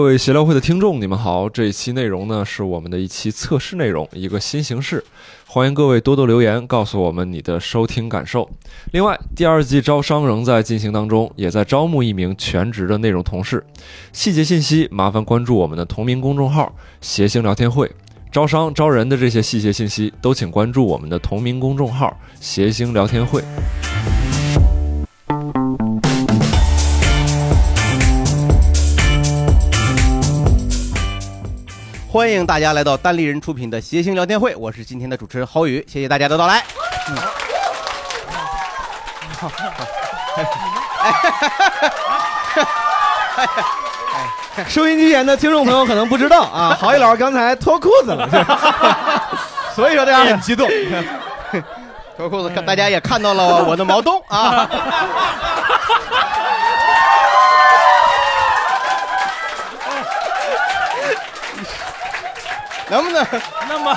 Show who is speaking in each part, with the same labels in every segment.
Speaker 1: 各位闲聊会的听众，你们好！这一期内容呢是我们的一期测试内容，一个新形式，欢迎各位多多留言，告诉我们你的收听感受。另外，第二季招商仍在进行当中，也在招募一名全职的内容同事。细节信息麻烦关注我们的同名公众号“谐星聊天会”。招商招人的这些细节信息都请关注我们的同名公众号“谐星聊天会”。
Speaker 2: 欢迎大家来到单立人出品的《谐星聊天会》，我是今天的主持人郝宇，谢谢大家的到 来。
Speaker 3: 收音机前的听众朋友可能不知道 啊，郝宇老师刚才脱裤子了，是
Speaker 2: 所以说大家很
Speaker 3: 激动。
Speaker 2: 脱裤子，看大家也看到了我的 毛东 啊。能不能
Speaker 4: 那么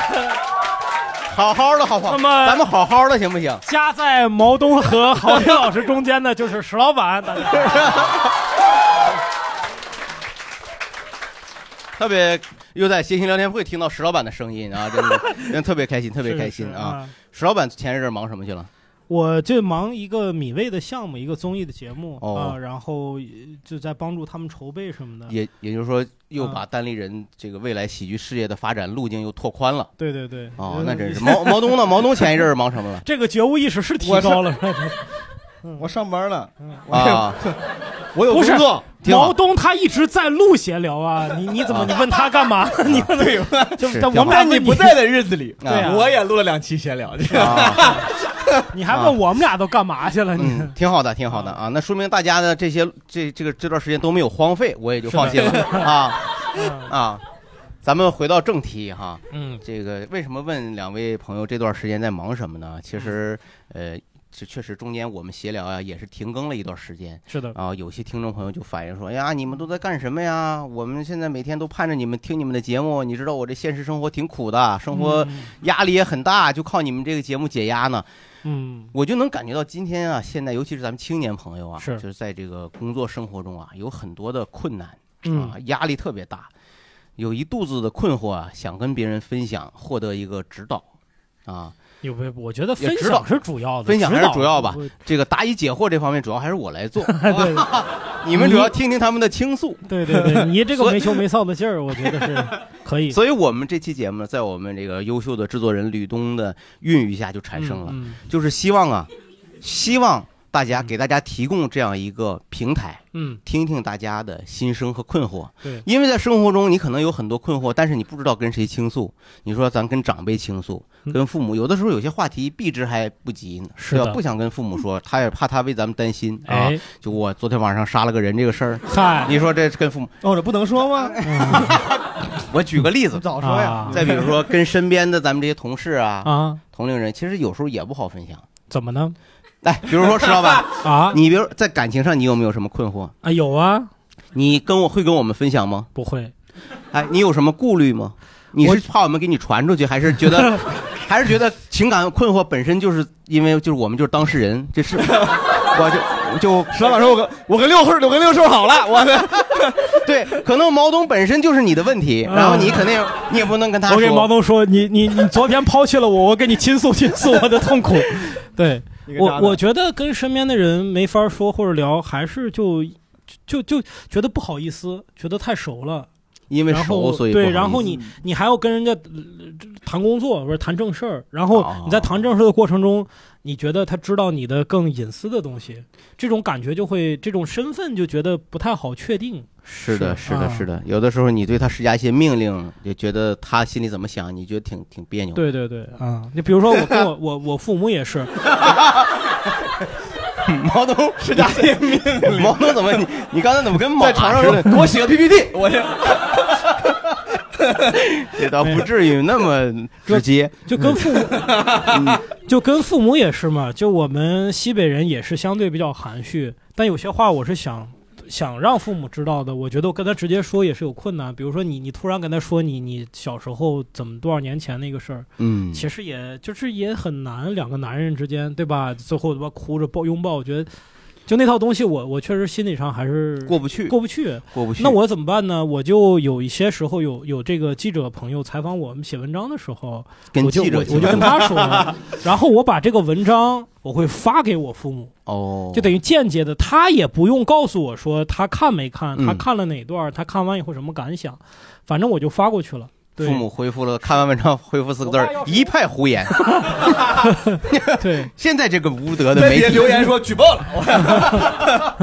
Speaker 2: 好好的，好不好？
Speaker 4: 那么
Speaker 2: 咱们好好的行不行？
Speaker 4: 夹在毛东和郝宇老师中间的就是石老板，大家
Speaker 2: 特别又在谐星聊天会听到石老板的声音啊， 真的，真的特别开心，特别开心
Speaker 4: 嗯
Speaker 2: 啊！石老板前一阵忙什么去了？
Speaker 4: 我就忙一个米味的项目，一个综艺的节目啊、
Speaker 2: 哦
Speaker 4: 然后就在帮助他们筹备什么的。
Speaker 2: 也也就是说，又把单立人这个未来喜剧事业的发展路径又拓宽了。
Speaker 4: 对对对，
Speaker 2: 哦
Speaker 4: 嗯，
Speaker 2: 那真是毛毛东呢？毛东前一阵儿忙什么了？
Speaker 4: 这个觉悟意识是提高 了。嗯
Speaker 3: 我上班了
Speaker 2: 啊，
Speaker 3: 我有
Speaker 4: 不是
Speaker 3: 工作挺好
Speaker 4: 毛东他一直在录闲聊啊，你你怎么
Speaker 3: 啊
Speaker 4: 你问他干嘛？ 你问
Speaker 3: 对
Speaker 4: 他就就我
Speaker 3: 我
Speaker 4: 们俩
Speaker 3: 们
Speaker 4: 问
Speaker 3: 你不在的日子里，
Speaker 4: 对啊
Speaker 3: 我也录了两期闲
Speaker 2: 啊
Speaker 3: 聊。
Speaker 4: 你还问我们俩都干嘛去了？你
Speaker 2: 嗯，挺好的，挺好的啊。那说明大家的这些这这个这段时间都没有荒废，我也就放心了
Speaker 4: 是的
Speaker 2: 啊啊。咱们回到正题哈，
Speaker 4: 嗯，
Speaker 2: 这个为什么问两位朋友这段时间在忙什么呢？
Speaker 4: 嗯
Speaker 2: 其实，呃，这确实中间我们闲聊啊也是停更了一段时间。
Speaker 4: 是的
Speaker 2: 啊，有些听众朋友就反映说：“哎呀，你们都在干什么呀？我们现在每天都盼着你们听你们的节目，你知道我这现实生活挺苦的，生活压力也很大，就靠你们这个节目解压呢。”
Speaker 4: 嗯，
Speaker 2: 我就能感觉到今天啊，现在尤其是咱们青年朋友啊，
Speaker 4: 是
Speaker 2: 就是在这个工作生活中啊，有很多的困难，
Speaker 4: 嗯
Speaker 2: 啊，压力特别大，有一肚子的困惑啊，想跟别人分享，获得一个指导，啊，
Speaker 4: 有没有？我觉得
Speaker 2: 也
Speaker 4: 分
Speaker 2: 知道
Speaker 4: 享是主要的，
Speaker 2: 分享还是
Speaker 4: 指导
Speaker 2: 主要吧
Speaker 4: 不。
Speaker 2: 这个答疑解惑这方面，主要还是我来 做，
Speaker 4: 对
Speaker 2: 你们主要听听他们的倾诉。
Speaker 4: 对对对，你这个
Speaker 2: 所以
Speaker 4: 没羞没臊的劲儿，我觉得 是可以。
Speaker 2: 所以我们这期节目呢，在我们这个优秀的制作人吕东的孕育下就产生了，
Speaker 4: 嗯
Speaker 2: 就是希望啊，希望大家给大家提供这样一个平台，
Speaker 4: 嗯，
Speaker 2: 听听大家的心声和困惑。
Speaker 4: 对，
Speaker 2: 因为在生活中，你可能有很多困惑，但是你不知道跟谁倾诉。你说咱跟长辈倾诉，跟父母，有的时候有些话题避之还不及呢，
Speaker 4: 嗯是的
Speaker 2: 对吧不想跟父 母说，他也怕他为咱们担心啊
Speaker 4: 哎。
Speaker 2: 就我昨天晚上杀了个人这个事儿，
Speaker 4: 嗨，
Speaker 2: 你说这跟父母，
Speaker 3: 哦，这不能说吗？
Speaker 2: 我举个例 子，
Speaker 3: 早说呀
Speaker 4: 啊！
Speaker 2: 再比如说跟身边的咱们这些同事啊、
Speaker 4: 啊，
Speaker 2: 同龄人，其实有时候也不好分享。
Speaker 4: 怎么呢？
Speaker 2: 来，哎比如说石老板，
Speaker 4: 啊
Speaker 2: 你比如在感情上，你有没有什么困惑？
Speaker 4: 啊，有啊，
Speaker 2: 你跟我会跟我们分享吗？
Speaker 4: 不会，
Speaker 2: 哎，你有什么顾虑吗？你
Speaker 4: 我
Speaker 2: 是怕我们给你传出去，还是觉得， 还是觉得情感困惑本身就是因为就是我们就是当事人，这是， 我就就
Speaker 3: 石老板说：“我跟我跟六叔，我跟六叔好了，我
Speaker 2: 对，可能毛东本身就是你的问题，
Speaker 4: 啊
Speaker 2: 然后你肯定你也不能跟他说。
Speaker 4: 我给毛东说，你你你昨天抛弃了我，我给你倾诉倾诉我的痛 苦。对
Speaker 3: 你跟
Speaker 4: 我
Speaker 3: 他，呢
Speaker 4: 我觉得跟身边的人没法说或者聊，还是就就就觉得不好意思，觉得太熟了。
Speaker 2: 因为
Speaker 4: 然
Speaker 2: 熟，
Speaker 4: 后
Speaker 2: 所以不
Speaker 4: 对，
Speaker 2: 好意
Speaker 4: 然后
Speaker 2: 思
Speaker 4: 你你还要跟人家呃谈工作，不是谈正事儿，然后哦你在谈正事儿的过程中，你觉得他知道你的更隐私的东西，这种感觉就会，这种身份就觉得不太好确定。
Speaker 2: 是的，是
Speaker 4: 是
Speaker 2: 的，
Speaker 4: 啊
Speaker 2: 是的，有的时候你对他施加一些命令，也觉得他心里怎么想，你觉得挺挺别扭。
Speaker 4: 对对对，啊，你比如说我跟我我我父母也 是，
Speaker 2: 毛东施加些命令，毛东怎么你 你刚才怎么跟马
Speaker 3: 在床上
Speaker 2: 似
Speaker 3: 说
Speaker 2: 的？
Speaker 3: 给我写个 PPT，我这
Speaker 2: 这倒不至于那么直接。
Speaker 4: 就跟 父母，就跟父母也是嘛，就我们西北人也是相对比较含蓄，但有些话我是想。想让父母知道的，我觉得我跟他直接说也是有困难。比如说你，你突然跟他说你你小时候怎么多少年前那个事儿，
Speaker 2: 嗯，
Speaker 4: 其实也就是也很难，两个男人之间，对吧？最后他妈哭着抱拥抱，我觉得就那套东西我我确实心理上还是
Speaker 2: 过不去，
Speaker 4: 过不去。
Speaker 2: 过不去。
Speaker 4: 那我怎么办呢？我就有一些时候有有这个记者朋友采访我们写文章的时候，
Speaker 2: 跟
Speaker 4: 我就
Speaker 2: 记者
Speaker 4: 我我就跟他说 了，然后我把这个文章我会发给我父母，
Speaker 2: 哦，
Speaker 4: 就等于间接的，他也不用告诉我说他看没看，
Speaker 2: 嗯
Speaker 4: 他看了哪段，他看完以后什么感想，反正我就发过去了。对
Speaker 2: 父母回复了，看完文章回复四个字
Speaker 4: 我爸
Speaker 2: 儿
Speaker 4: 要是
Speaker 2: 一派胡言。
Speaker 4: 对，
Speaker 2: 现在这个无德的
Speaker 3: 在
Speaker 2: 媒
Speaker 3: 底下
Speaker 2: 体，
Speaker 3: 留言说举报了，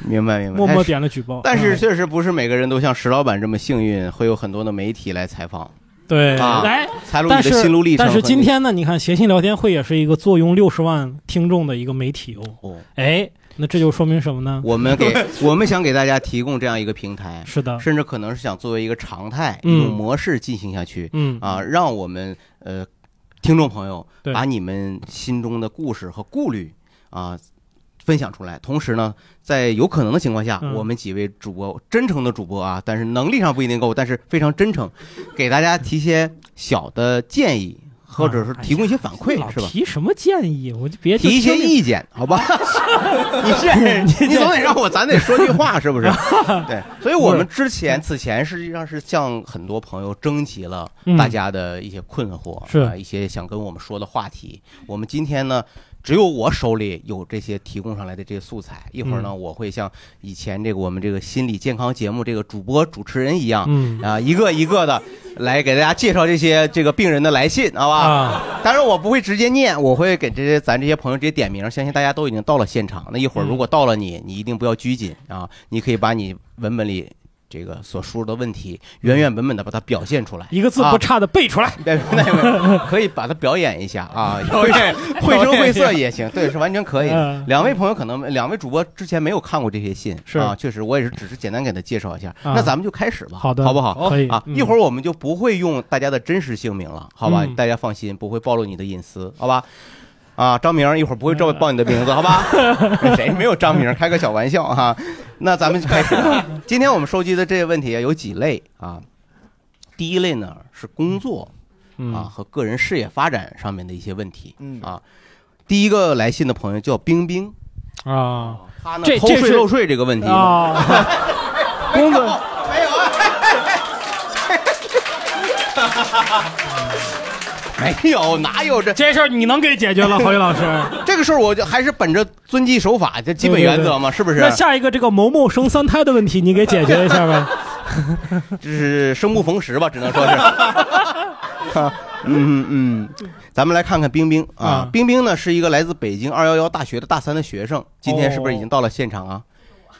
Speaker 2: 明白明白。
Speaker 4: 默
Speaker 2: 还
Speaker 4: 默
Speaker 2: 是
Speaker 4: 点了举报。
Speaker 2: 但
Speaker 4: 嗯
Speaker 2: 是确实不是每个人都像石老板这么幸运，会有很多的媒体来采访，
Speaker 4: 对，
Speaker 2: 啊
Speaker 4: 哎来，
Speaker 2: 采录你
Speaker 4: 但
Speaker 2: 的
Speaker 4: 是
Speaker 2: 心路历程
Speaker 4: 但
Speaker 2: 和你。
Speaker 4: 是今天呢，你看谐星聊天会也是一个坐拥六十万听众的一个媒体哦。
Speaker 2: 哦，
Speaker 4: 哎，那这就说明什么呢？
Speaker 2: 我们给我们想给大家提供这样一个平台，
Speaker 4: 啊是的，
Speaker 2: 甚至可能是想作为一个常态、
Speaker 4: 嗯
Speaker 2: 一种模式进行下去
Speaker 4: 嗯，
Speaker 2: 啊，让我们呃听众朋友
Speaker 4: 对
Speaker 2: 把你们心中的故事和顾虑啊。分享出来，同时呢，在有可能的情况下，
Speaker 4: 嗯
Speaker 2: 我们几位主播真诚的主播啊，但是能力上不一定够，但是非常真诚，给大家提些小的建议，或者是提供一些反馈，
Speaker 4: 哎老
Speaker 2: 是吧？
Speaker 4: 提什么建议，我就别
Speaker 2: 提一些 意见，好吧？ 你是你总得让我咱得说 句话，是不是？对，所以我们之前此前实际上是向很多朋友征集了
Speaker 4: 嗯
Speaker 2: 大家的一些困惑，
Speaker 4: 是
Speaker 2: 啊一些想跟我们说的话题。我们今天呢，只有我手里有这些提供上来的这些素材。一会儿呢，我会像以前这个我们这个心理健康节目这个主播主持人一样。
Speaker 4: 嗯
Speaker 2: 啊，一个一个的来给大家介绍这些这个病人的来信，好吧？
Speaker 4: 啊，
Speaker 2: 当然我不会直接念，我会给这些咱这些朋友直接点名。相信大家都已经到了现场，那一会儿
Speaker 4: 嗯
Speaker 2: 如果到了你，你一定不要拘谨啊，你可以把你文本里这个所输入的问题原原本本的把它表现出来，
Speaker 4: 嗯
Speaker 2: 啊
Speaker 4: 一个字不差的背出来。
Speaker 2: 对对对，可以把它表演一下 啊，表演绘声绘色也行，对，是完全可以的
Speaker 4: 嗯。
Speaker 2: 两位朋友可能两位主播之前没有看过这些信，
Speaker 4: 是
Speaker 2: 啊，确实我也是只是简单给他介绍一下。
Speaker 4: 啊
Speaker 2: 那咱们就开始吧，
Speaker 4: 好的，
Speaker 2: 好不好？
Speaker 4: 可以
Speaker 2: 啊，
Speaker 4: 嗯
Speaker 2: 一会儿我们就不会用大家的真实姓名了，好吧？
Speaker 4: 嗯
Speaker 2: 大家放心，不会暴露你的隐私，好吧？啊，张明，一会儿不会
Speaker 4: 嗯
Speaker 2: 报报你的名字，好吧？谁没有张明？开个小玩笑哈、那咱们就开始 了。今天我们收集的这些问题啊有几类啊？第一类呢是工作
Speaker 4: 嗯
Speaker 2: 啊和个人事业发展上面的一些问题
Speaker 3: 嗯
Speaker 2: 啊。第一个来信的朋友叫冰冰，
Speaker 4: 啊
Speaker 2: 他呢
Speaker 4: 这
Speaker 2: 偷
Speaker 4: 这
Speaker 2: 税
Speaker 4: 是
Speaker 2: 漏税这个问题，
Speaker 4: 啊，工作
Speaker 2: 没有哪有这
Speaker 4: 这事儿你能给解决了，郝宇老师。
Speaker 2: 这个事儿，我就还是本着遵纪守法这基本原则嘛，是不是
Speaker 4: 那？下一个这个某某生三胎的问题，你给解决一 下呗。
Speaker 2: 就是生不逢时吧，只能说是。 啊嗯嗯，咱们来看看冰冰啊
Speaker 4: 啊，
Speaker 2: 冰冰呢是一个来自北京二幺幺大学的大三的学生，今天是不是已经到了现场啊？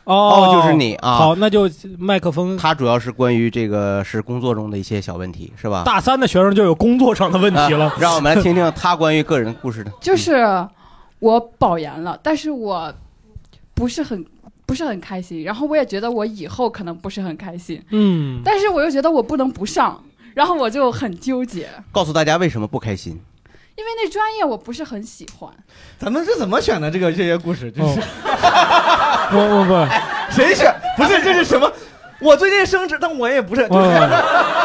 Speaker 4: 哦
Speaker 2: 就是。你啊，
Speaker 4: 好，那就麦克风。
Speaker 2: 他主要是关于这个是工作中的一些小问题，是吧？
Speaker 4: 大三的学生就有工作上的问题了
Speaker 2: 啊。让我们来听听他关于个人故事的。
Speaker 5: 就是我保研了，但是我不是很不是很开心，然后我也觉得我以后可能不是很开心，
Speaker 4: 嗯，
Speaker 5: 但是我又觉得我不能不上，然后我就很纠结，
Speaker 2: 告诉大家为什么不开心。
Speaker 5: 因为那专业我不是很喜欢。
Speaker 3: 咱们是怎么选的这个这些故事？这是、
Speaker 4: 我我不。
Speaker 3: 谁选？不是这是什么？我最近升职，但我也不是。
Speaker 4: 哇！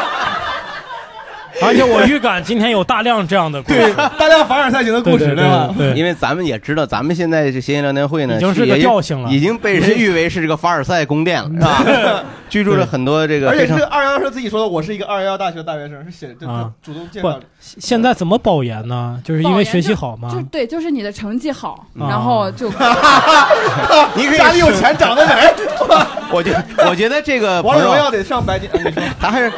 Speaker 4: 而且我预感今天有大量这样的故
Speaker 3: 对
Speaker 4: 事，，
Speaker 3: 大量凡尔赛型的故事，
Speaker 4: 对
Speaker 3: 吧？
Speaker 4: 对
Speaker 2: 因为咱们也知道，咱们现在这谐音聊天会呢，
Speaker 4: 已经是个
Speaker 2: 也
Speaker 4: 调性了
Speaker 2: 已经被人誉为是这个凡尔赛宫殿了，是吧？ 居住了很多这个
Speaker 3: 而且
Speaker 2: 非常
Speaker 3: 这个二幺幺是自己说的，我是一个二幺幺大学大学生，是写这
Speaker 4: 啊
Speaker 3: 主动介绍的。
Speaker 4: 现在怎么保研呢？就是因为学习好
Speaker 5: 就
Speaker 4: 吗？
Speaker 5: 对，就是你的成绩好，
Speaker 4: 嗯
Speaker 5: 然后就
Speaker 2: 你可以
Speaker 3: 家里有钱，长得美，
Speaker 2: 我觉我觉得这个
Speaker 3: 王
Speaker 2: 朋
Speaker 3: 者荣
Speaker 2: 友
Speaker 3: 耀得上白金。啊你说
Speaker 2: 他还是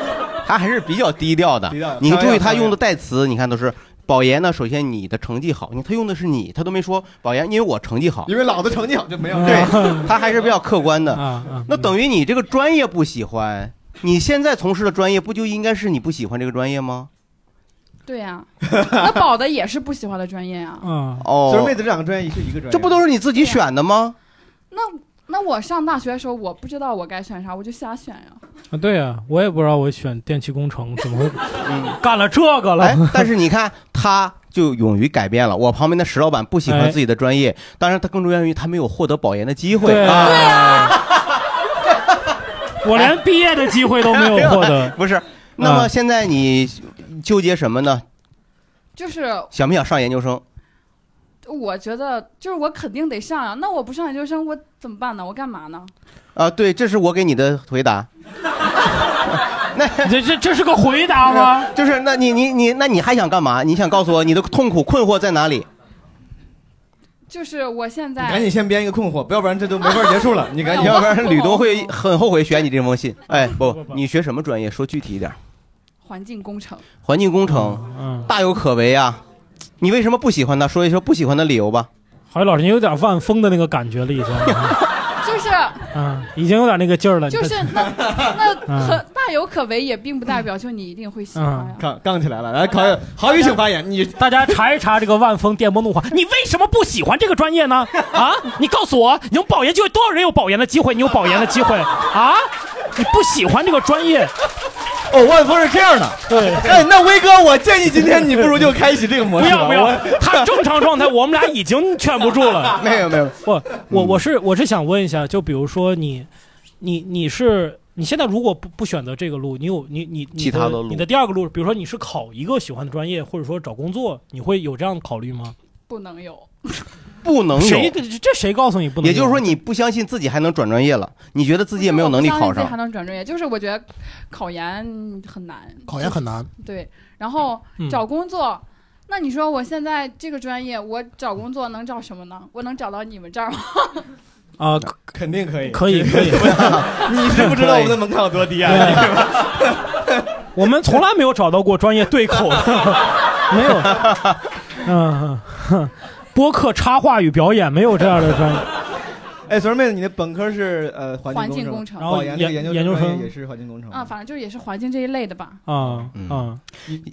Speaker 2: 他还是比较低调的
Speaker 3: 低调的，
Speaker 2: 你注
Speaker 3: 开
Speaker 2: 意
Speaker 3: 玩笑
Speaker 2: 他用的代词，你看都是。保研呢，首先你的成绩好，你他用的是你，他都没说保研，因为我成绩好，
Speaker 3: 因为老子成绩好就没有。
Speaker 4: 啊
Speaker 2: 对他还是比较客观
Speaker 4: 啊
Speaker 2: 的。
Speaker 4: 啊！
Speaker 2: 那等于你这个专业不喜欢，你现在从事的专业不就应该是你不喜欢这个专业吗？
Speaker 5: 对呀、那保的也是不喜欢的专业呀、
Speaker 4: 啊，
Speaker 3: 所以妹
Speaker 2: 哦，
Speaker 3: 子这两个专业是一个专业，
Speaker 2: 这不都是你自己选的吗？
Speaker 5: 那那我上大学的时候，我不知道我该选啥，我就瞎选呀、
Speaker 4: 啊对呀，我也不知道我选电气工程怎么会
Speaker 2: 嗯，
Speaker 4: 干了这个
Speaker 2: 哎
Speaker 4: 了。，
Speaker 2: 但是你 看，他就勇于改变了。我旁边的石老板不喜
Speaker 4: 哎
Speaker 2: 欢自己的专业，当然他更着源于他没有获得保研的机会
Speaker 4: 对
Speaker 2: 啊。
Speaker 4: 呀， 我连毕业的机会都没有获得。 啊
Speaker 2: 不是，那么现在你纠结什么呢？
Speaker 5: 就是
Speaker 2: 想不想上研究生？
Speaker 5: 我觉得就是我肯定得上呀，那我不上研究生我怎么办呢？我干嘛呢？
Speaker 2: 啊，对，这是我给你的回答。 那
Speaker 4: 这这这是个回答吗？
Speaker 2: 就是，那你你你，那你还想干嘛？你想告诉我你的痛苦困惑在哪里？
Speaker 5: 就是我现在
Speaker 3: 赶紧先 编一个困惑，不要不然这都没法结束 了。你赶紧，
Speaker 2: 要不然吕东会很后悔选你这封信。哎，不，你学什么专业？说具体一点。
Speaker 5: 环境工程，
Speaker 2: 环境
Speaker 3: 嗯
Speaker 2: 工程，大有可为啊！你为什么不喜欢他？说一说不喜欢的理由吧。
Speaker 4: 郝宇老师，你有点万峰的那个感觉了，已 经，
Speaker 5: 就是
Speaker 4: 嗯，已经有点那个劲儿了。你
Speaker 5: 就
Speaker 4: 看
Speaker 5: 是那那
Speaker 4: 嗯
Speaker 5: 可大有可为，也并不代表就你一定会喜欢
Speaker 4: 嗯
Speaker 5: 呀。
Speaker 3: 杠杠起来了。来，考郝宇，请发言。你
Speaker 4: 大家查一查这个万峰电波动画，你为什么不喜欢这个专业呢？啊，你告诉我，你有保研就有多少人有保研的机会？你有保研的机会啊？你不喜欢这个专业，
Speaker 3: 哦，万峰是这样的。
Speaker 4: 对，
Speaker 3: 哎，那威哥，我建议今天你不如就开启这个模
Speaker 4: 不
Speaker 3: 式
Speaker 4: 要
Speaker 3: 吧。
Speaker 4: 不
Speaker 3: 我
Speaker 4: 要，他正常状态，我们俩已经劝不住了。
Speaker 2: 没有没有，
Speaker 4: 不，我我是我是想问一下，就比如说你，你你是你现在如果不不选择这个路，你有你你你
Speaker 2: 其他的路
Speaker 4: 你的第二个路，比如说你是考一个喜欢的专业，或者说找工作，你会有这样的考虑吗？
Speaker 5: 不能有，
Speaker 2: 不能
Speaker 4: 谁
Speaker 2: 有。
Speaker 4: 这这谁告诉你不能有？
Speaker 2: 也就是说，你不相信自己还能转专业了，你觉得自己也没有能力
Speaker 5: 我不相信
Speaker 2: 考
Speaker 5: 自己还
Speaker 2: 上。
Speaker 5: 能转专业，就是我觉得考研很难，
Speaker 4: 考研很难，
Speaker 5: 对，然后
Speaker 4: 嗯
Speaker 5: 找工作。那你说我现在这个专业，我找工作能找什么呢？我能找到你们这儿吗？
Speaker 4: 啊，
Speaker 3: 肯定可以，
Speaker 4: 可以可以，
Speaker 3: 你是不知道我们的门槛有多低啊！你
Speaker 4: 我们从来没有找到过专业对口的， 没有，嗯， 哼播客插画与表演没有这样的专业，
Speaker 3: 哎，所以妹子，你的本科是呃环
Speaker 5: 环
Speaker 3: 境
Speaker 5: 境
Speaker 3: 工
Speaker 5: 工
Speaker 3: 程，
Speaker 5: 程
Speaker 4: 然后
Speaker 3: 保研这个
Speaker 4: 研
Speaker 3: 研
Speaker 4: 研究
Speaker 3: 专业
Speaker 4: 生
Speaker 3: 也是环境工程
Speaker 5: 啊，反正就是也是环境这一类的吧。
Speaker 4: 啊
Speaker 2: 嗯
Speaker 4: 啊，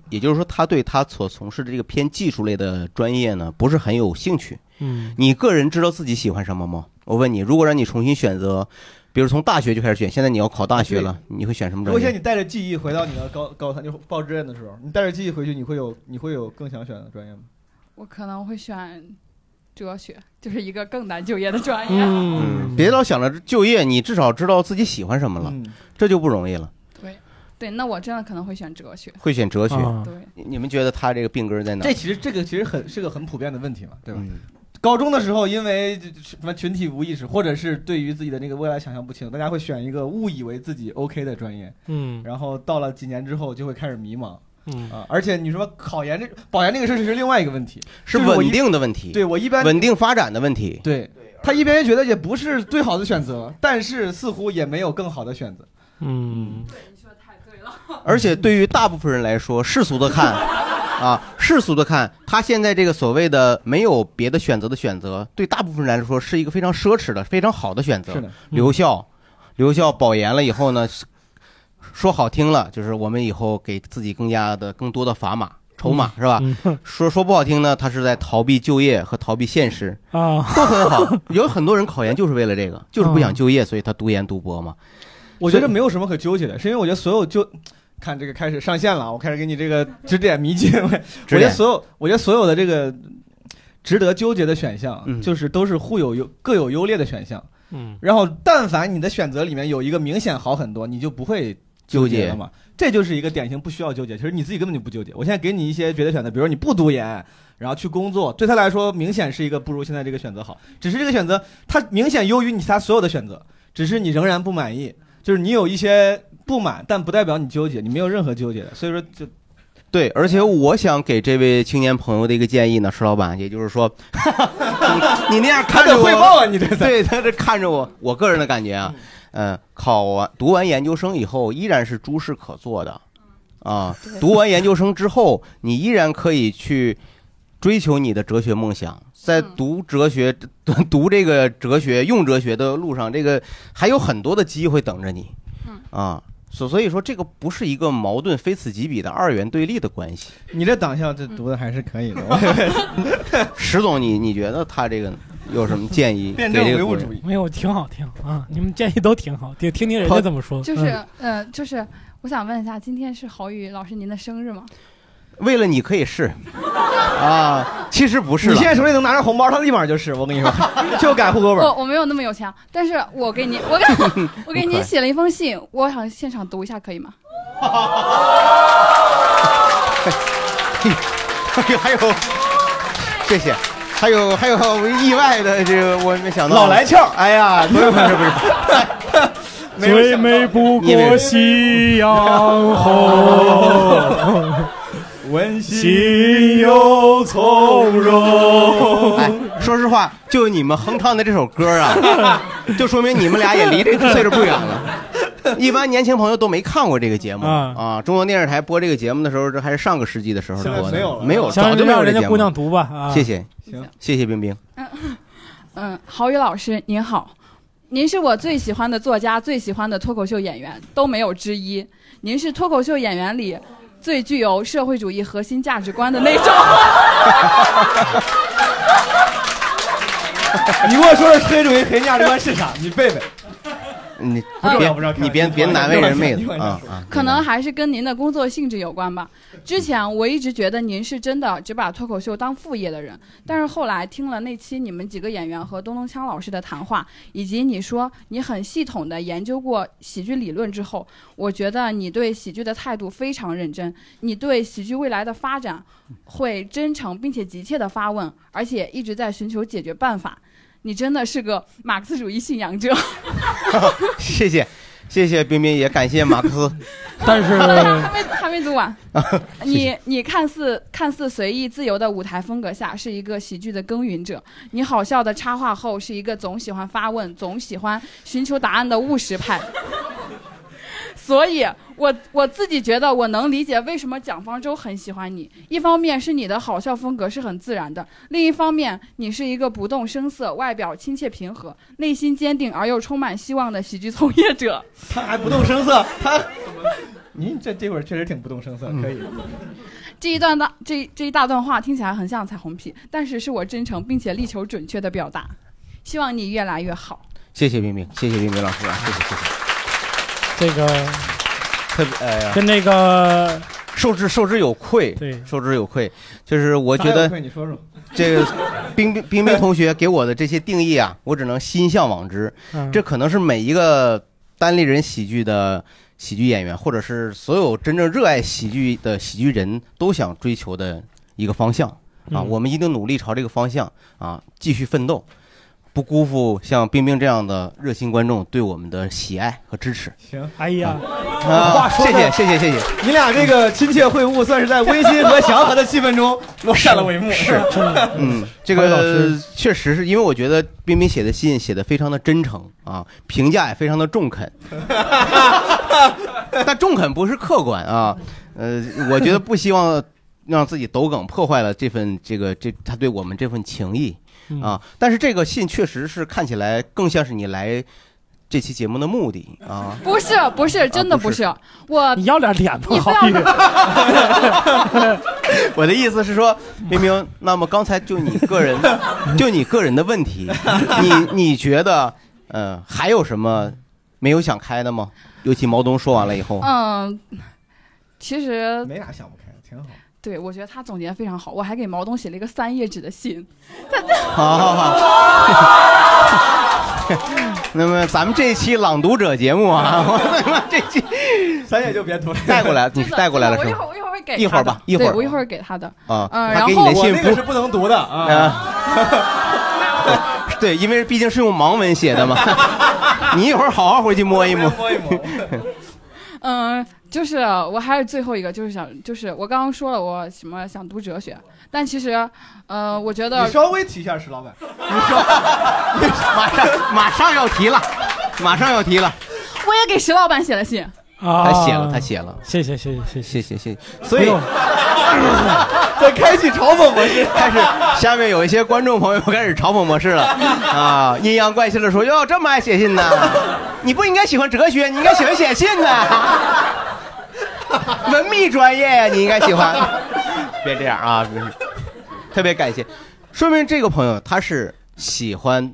Speaker 2: 也就是说，他对他所从事的这个偏技术类的专业呢，不是很有兴趣。
Speaker 4: 嗯，
Speaker 2: 你个人知道自己喜欢什么吗？我问你，如果让你重新选择，比如从大学就开始选，现在你要考大学了，你会选什么
Speaker 3: 如果
Speaker 2: 专
Speaker 3: 现在
Speaker 2: 业？
Speaker 3: 你带着记忆回到你的高高三就报志愿的时候，你带着记忆回去，你会有你会有更想选的专业吗？
Speaker 5: 我可能会选哲学，就是一个更难就业的专业。
Speaker 4: 嗯
Speaker 2: 嗯，，别老想着就业，你至少知道自己喜欢什么了，
Speaker 3: 嗯，
Speaker 2: 这就不容易了。
Speaker 5: 对，那我真的可能会选哲学。
Speaker 2: 会选哲学，
Speaker 4: 啊
Speaker 5: 对，
Speaker 2: 你你们觉得他这个病根儿在哪？
Speaker 3: 这其实这个其实很是个很普遍的问题嘛，对吧？
Speaker 2: 嗯
Speaker 3: 高中的时候，因为这这什么群体无意识，或者是对于自己的那个未来想象不清，大家会选一个误以为自己 OK 的专业，
Speaker 4: 嗯
Speaker 3: 然后到了几年之后就会开始迷茫
Speaker 4: 嗯，
Speaker 3: 啊。而且你说考研这保研这个事儿是另外一个问题，
Speaker 2: 是
Speaker 3: 就是我一
Speaker 2: 稳定的问题，
Speaker 3: 对我一般
Speaker 2: 稳定发展的问题。
Speaker 3: 对他一边觉得也不是最好的选择，但是似乎也没有更好的选择。
Speaker 4: 嗯，
Speaker 2: 而且对于大部分人来说，世俗的看，啊，世俗的看，他现在这个所谓的没有别的选择的选择，对大部分人来说是一个非常奢侈的、非常好的选择
Speaker 3: 是。的，
Speaker 4: 嗯
Speaker 2: 留校，留校保研了以后呢，是说好听了就是我们以后给自己更加的更多的砝码、筹码，是吧？
Speaker 4: 嗯
Speaker 2: 说说不好听呢，他是在逃避就业和逃避现实，
Speaker 4: 啊，
Speaker 2: 都很好。有很多人考研就是为了这个，就是
Speaker 4: 嗯
Speaker 2: 不想就业，所以他读研读博嘛。
Speaker 3: 我觉得没有什么可纠结的，是因为我觉得所有就看这个开始上线了，我开始给你这个指点迷津。我
Speaker 2: 指
Speaker 3: 觉得
Speaker 2: 点
Speaker 3: 所有，我觉得所有的这个值得纠结的选项，
Speaker 2: 嗯
Speaker 3: 就是都是互有优各有优劣的选项。
Speaker 4: 嗯
Speaker 3: 然后，但凡你的选择里面有一个明显好很多，你就不会
Speaker 2: 纠
Speaker 3: 结
Speaker 2: 结
Speaker 3: 了，嘛。这就是一个典型不需要纠结，其实你自己根本就不纠结。我现在给你一些别的选择，比如说你不读研，然后去工作，对他来说明显是一个不如现在这个选择好，只是这个选择它明显优于你其他所有的选择，只是你仍然不满意，就是你有一些不满，但不代表你纠结，你没有任何纠结的。所以说就
Speaker 2: 对，而且我想给这位青年朋友的一个建议呢，石老板，也就 是说，你你那样
Speaker 3: 他
Speaker 2: 看着
Speaker 3: 得
Speaker 2: 我，
Speaker 3: 汇报啊，你这在
Speaker 2: 对他这看着我，我个人的感觉啊，嗯、考完读完研究生以后，依然是诸事可做的，啊，读完研究生之后，你依然可以去追求你的哲学梦想，在
Speaker 5: 嗯
Speaker 2: 读哲学、 读这个哲学、用哲学的路上，这个还有很多的机会等着你
Speaker 5: 嗯，
Speaker 2: 啊。所所以说，这个不是一个矛盾非此即彼的二元对立的关系。
Speaker 3: 你这党校这读的还是可以的，
Speaker 2: 石总，你你觉得他这个有什么建议？
Speaker 3: 辩证
Speaker 2: 给这
Speaker 3: 唯物
Speaker 2: 个朋友
Speaker 3: 主义。
Speaker 4: 没有，挺好，挺好啊！你们建议都挺好，听听听人家
Speaker 2: 好
Speaker 4: 怎么说。嗯
Speaker 5: 就是，呃，就是我想问一下，今天是郝宇老师您的 生日吗？
Speaker 2: 为了你可以是，啊，其实不是
Speaker 3: 你现
Speaker 2: 了。
Speaker 3: 在手里能拿着红包，他立马就是。我跟 你说，就改户口本。
Speaker 5: 哦我我没有那么有钱，啊但是我给您，我给 我给
Speaker 2: 很可爱
Speaker 5: 您写了一封信，我想现场读一下，可以吗？
Speaker 2: 还有，谢谢，还有还有意外的这个我没 想到，
Speaker 3: 老来俏儿，
Speaker 2: 哎呀， 不是不是不是，
Speaker 6: 最美不过夕阳红，
Speaker 3: 温
Speaker 6: 心有从容。
Speaker 2: 哎，说实话，就你们哼唱的这首歌啊， 就说 明你们俩也离这岁数不远了。一般年轻朋友都没看过这个节目
Speaker 4: 啊
Speaker 2: 啊！中央电视台播这个节目的时候，这还是上个世纪的时候
Speaker 3: 现在
Speaker 2: 播的，
Speaker 3: 没有了
Speaker 2: 没有，
Speaker 3: 我
Speaker 2: 早
Speaker 4: 行，
Speaker 2: 就没有
Speaker 4: 让
Speaker 2: 这
Speaker 4: 人
Speaker 2: 节
Speaker 4: 家
Speaker 2: 目
Speaker 4: 姑
Speaker 2: 了。
Speaker 4: 娘读吧啊！
Speaker 2: 谢谢，
Speaker 3: 行
Speaker 2: 谢谢冰冰。
Speaker 5: 嗯，郝宇老师您好，您是我最喜欢的作家，最喜欢的脱口秀演员都没有之一。您是脱口秀演员里最具有社会主义核心价值观的那种。
Speaker 3: 你跟我说说黑主义黑价值观是啥？你背背。
Speaker 2: 你
Speaker 5: 不重
Speaker 2: 别
Speaker 3: 要啊不重要
Speaker 2: 你别
Speaker 3: 开玩笑
Speaker 2: 别难为人妹
Speaker 3: 开
Speaker 2: 子
Speaker 3: 玩笑
Speaker 2: 啊啊！
Speaker 5: 可能还是跟您的工作性质有关吧。之前我一直觉得您是真的只把脱口秀当副业的人，但是后来听了那期你们几个演员和东东锵老师的谈话，以及你说你很系统的研究过喜剧理论之后，我觉得你对喜剧的态度非常认真，你对喜剧未来的发展会真诚并且急切的发问，而且一直在寻求解决办法。你真的是个马克思主义信仰者。
Speaker 2: 谢谢谢谢冰冰，也感谢马克思。
Speaker 4: 但是啊
Speaker 5: 还没还没读完。你你看似看似随意自由的舞台风格下，是一个喜剧的耕耘者；你好笑的插话后，是一个总喜欢发问、总喜欢寻求答案的务实派。 所以，我我自己觉得我能理解为什么蒋方舟很喜欢你。一方面是你的好笑风格是很自然的，另一方面你是一个不动声色、外表亲切平和、内心坚定而又充满希望的喜剧从业者。
Speaker 3: 他还不动声色，他，您这这会儿确实挺不动声色，
Speaker 2: 嗯
Speaker 3: 可以。
Speaker 5: 这一段大这这一大段话听起来很像彩虹屁，但是是我真诚并且力求准确的表达。希望你越来越好。
Speaker 2: 谢谢冰冰，谢谢冰冰老师啊，谢谢谢谢。
Speaker 4: 这个
Speaker 2: 特别哎呀，
Speaker 4: 跟那个
Speaker 2: 受之受之有愧，
Speaker 4: 对
Speaker 2: 受之有愧。就是我
Speaker 3: 我
Speaker 2: 觉得
Speaker 3: 你说说，
Speaker 2: 这个冰冰冰冰同学给我的这些定义啊，我只能心向往之。
Speaker 4: 嗯
Speaker 2: 这可能是每一个单立人喜剧的喜剧演员，或者是所有真正热爱喜剧的喜剧人都想追求的一个方向啊。
Speaker 4: 嗯
Speaker 2: 我们一定努力朝这个方向啊继续奋斗，不辜负像冰冰这样的热心观众对我们的喜爱和支持
Speaker 3: 行，
Speaker 4: 哎呀，
Speaker 2: 啊！
Speaker 3: 话说
Speaker 2: 谢
Speaker 3: 得
Speaker 2: 谢谢谢谢谢，
Speaker 3: 你俩这个亲切会晤，算是在温馨和祥和的气氛 中落下了帷幕。是，
Speaker 4: 真 的
Speaker 2: 嗯， 这
Speaker 4: 欢迎老
Speaker 2: 个
Speaker 4: 师
Speaker 2: 确实是因为我觉得冰冰写的信写的非常的真诚啊，评价也非常的中肯， 但中肯不是客观啊，呃，我觉得不希望让自己抖梗破坏了这份这个这他对我们这份情谊
Speaker 4: 嗯
Speaker 2: 啊，但是这个信确实是看起来更像是你来这期节目的目的啊，
Speaker 5: 不是不是，真的
Speaker 2: 不
Speaker 5: 不
Speaker 2: 是
Speaker 5: 是、我
Speaker 4: 你要点脸吧，
Speaker 5: 你
Speaker 4: 好
Speaker 5: 不要
Speaker 4: 意思。
Speaker 2: 我的意思是说，明明，那么刚才就你个 人，就你个人的问题，你你觉得，呃，还有什么没有想开的吗？尤其毛东说完了以后，
Speaker 5: 嗯，其实
Speaker 3: 没啥想不开，挺好。
Speaker 5: 对我觉得他总结得非常好，我还给毛东写了一个三页纸的信。
Speaker 2: 好好 好。那么咱们这一期朗读者节目啊， 我这期
Speaker 3: 三姐就别读了，
Speaker 2: 带过来，你
Speaker 5: 真
Speaker 2: 是
Speaker 5: 的
Speaker 2: 带过来了
Speaker 5: 我
Speaker 2: 是
Speaker 5: 一
Speaker 2: 吧
Speaker 5: 会？儿我一会儿会给
Speaker 2: 一会儿
Speaker 5: 他的
Speaker 2: 吧一会儿
Speaker 5: 对我一会儿给他的。
Speaker 2: 啊，
Speaker 5: 嗯
Speaker 2: 他给你
Speaker 5: 然
Speaker 2: 的
Speaker 5: 后
Speaker 3: 我
Speaker 2: 信
Speaker 3: 那个是
Speaker 2: 不
Speaker 3: 不能读的啊。
Speaker 2: 啊， 对，因为毕竟是用盲文写 的嘛。你一会儿好好回去摸一摸。
Speaker 3: 摸一摸，
Speaker 5: 嗯，就是我还是最后一个，就是想，就是我刚刚说了我什么想读哲学，但其实，呃，我觉得
Speaker 3: 你稍微提一下石老板，
Speaker 2: 马上 马上要提了，马上要提了。
Speaker 5: 我也给石老板写了信。
Speaker 4: 啊，
Speaker 2: 他写了，他，写了，
Speaker 4: 谢谢谢谢谢谢。
Speaker 2: 谢谢谢谢。所以
Speaker 4: 不用
Speaker 3: 在开启嘲讽模式。
Speaker 2: 开始，下面有一些观众朋友开始嘲讽模式了啊，阴阳怪气的说：“哟，这么爱写信呢？ 你不应该喜欢哲学，你应该喜欢写信呢。 文秘专业呀，你应该喜欢。 别这样啊，别特别感谢，说明这个朋友他是喜欢。”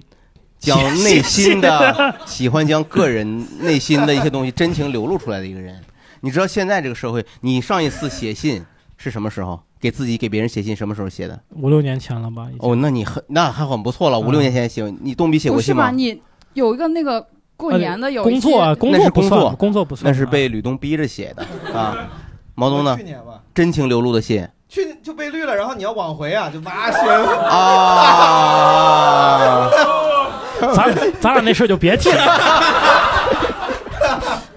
Speaker 2: 将内心的喜欢将个人内心的一些东西真情流露出来的一个人， 你知道现在这个社会，你上一次写信是什么时候？给自己给别人写信什么时候写的？
Speaker 4: 五六年前了吧？已经
Speaker 2: 哦，那你很那还很不错了，五六
Speaker 4: 嗯
Speaker 2: 年前写，你东比写
Speaker 5: 不
Speaker 2: 过
Speaker 5: 是
Speaker 2: 信
Speaker 5: 吧？
Speaker 2: 吗？
Speaker 5: 你有一个那个过年的有一
Speaker 4: 呃工
Speaker 5: 期
Speaker 4: 作啊，工
Speaker 2: 那
Speaker 4: 作
Speaker 2: 是
Speaker 4: 不
Speaker 2: 工作
Speaker 4: 算，工作不算，
Speaker 2: 那是被吕东逼着写的啊。毛东呢
Speaker 3: 去？年吧，
Speaker 2: 真情流露的信，
Speaker 3: 去就被绿了，然后你要往回啊，就哇些
Speaker 2: 啊！
Speaker 4: 咱咱俩那事儿就别提了。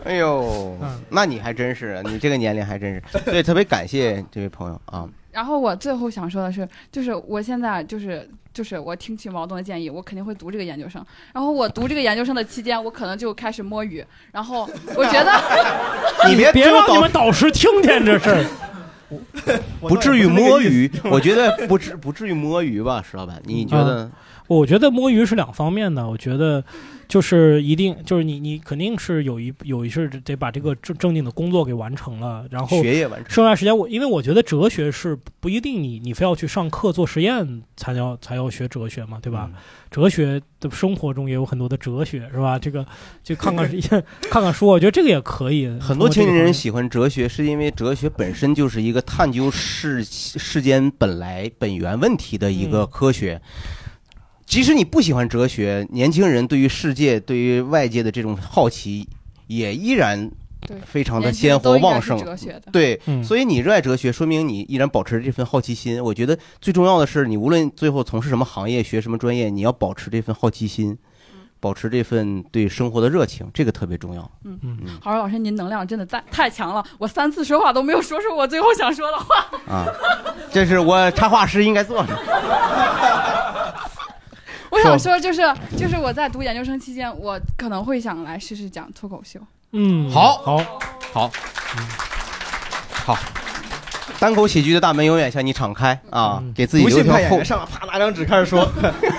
Speaker 2: 哎呦，
Speaker 4: 嗯
Speaker 2: 那你还真是，啊你这个年龄还真是，所以特别感谢这位朋友啊。
Speaker 5: 然后我最后想说的是，就是我现在就是就是我听取毛东的建议，我肯定会读这个研究生。然后我读这个研究生的期间，我可能就开始摸鱼。然后我觉得
Speaker 2: 你别
Speaker 4: 别让你们导师听见这事儿。
Speaker 2: 不至于 摸鱼，我觉得不至不至于摸鱼吧，石老板，你觉
Speaker 4: 嗯
Speaker 2: 得？
Speaker 4: 啊我觉得摸鱼是两方面的，我觉得就是一定就是你你肯定是有一有一是得把这个正正经的工作给完成了，然后
Speaker 2: 学业完成
Speaker 4: 剩下时间我因为我觉得哲学是不一定你你非要去上课做实验才要才要学哲学嘛，对吧？
Speaker 2: 嗯
Speaker 4: 哲学的生活中也有很多的哲学是吧？这个就看 看看看书，我觉得这个也可以。
Speaker 2: 很多
Speaker 4: 青
Speaker 2: 青年
Speaker 4: 年
Speaker 2: 人喜欢哲学，是因为哲学本身就是一个探究世世间本来本源问题的一个科学。
Speaker 5: 嗯
Speaker 2: 即使你不喜欢哲学，年轻人对于世界、对于外界的这种好奇，也依然
Speaker 5: 对
Speaker 2: 非常的
Speaker 5: 人
Speaker 2: 鲜活
Speaker 5: 都应该
Speaker 2: 旺
Speaker 5: 是
Speaker 2: 盛。
Speaker 5: 哲学的
Speaker 2: 对，
Speaker 4: 嗯
Speaker 2: 所以你热爱哲学，说明你依然保持这份好奇心。我觉得最重要的是，你无论最后从事什么行业、学什么专业，你要保持这份好奇心，保持这份对生活的热情，这个特别重要。
Speaker 5: 郝嗯老师，您能量真的太太强了，我三次说话都没有说出我最后想说的话。
Speaker 2: 啊，这是我插画师应该做的。
Speaker 5: 我想说，就是就是我在读研究生期间，我可能会想来试试讲脱口秀。
Speaker 4: 嗯
Speaker 2: 好
Speaker 4: 好
Speaker 2: 好，好，单口喜剧的大门永远向你敞开啊，
Speaker 4: 嗯
Speaker 2: 给自己
Speaker 3: 不
Speaker 2: 留
Speaker 3: 信
Speaker 2: 条
Speaker 3: 派演
Speaker 2: 后
Speaker 3: 员，上来，啪拿张纸开始说，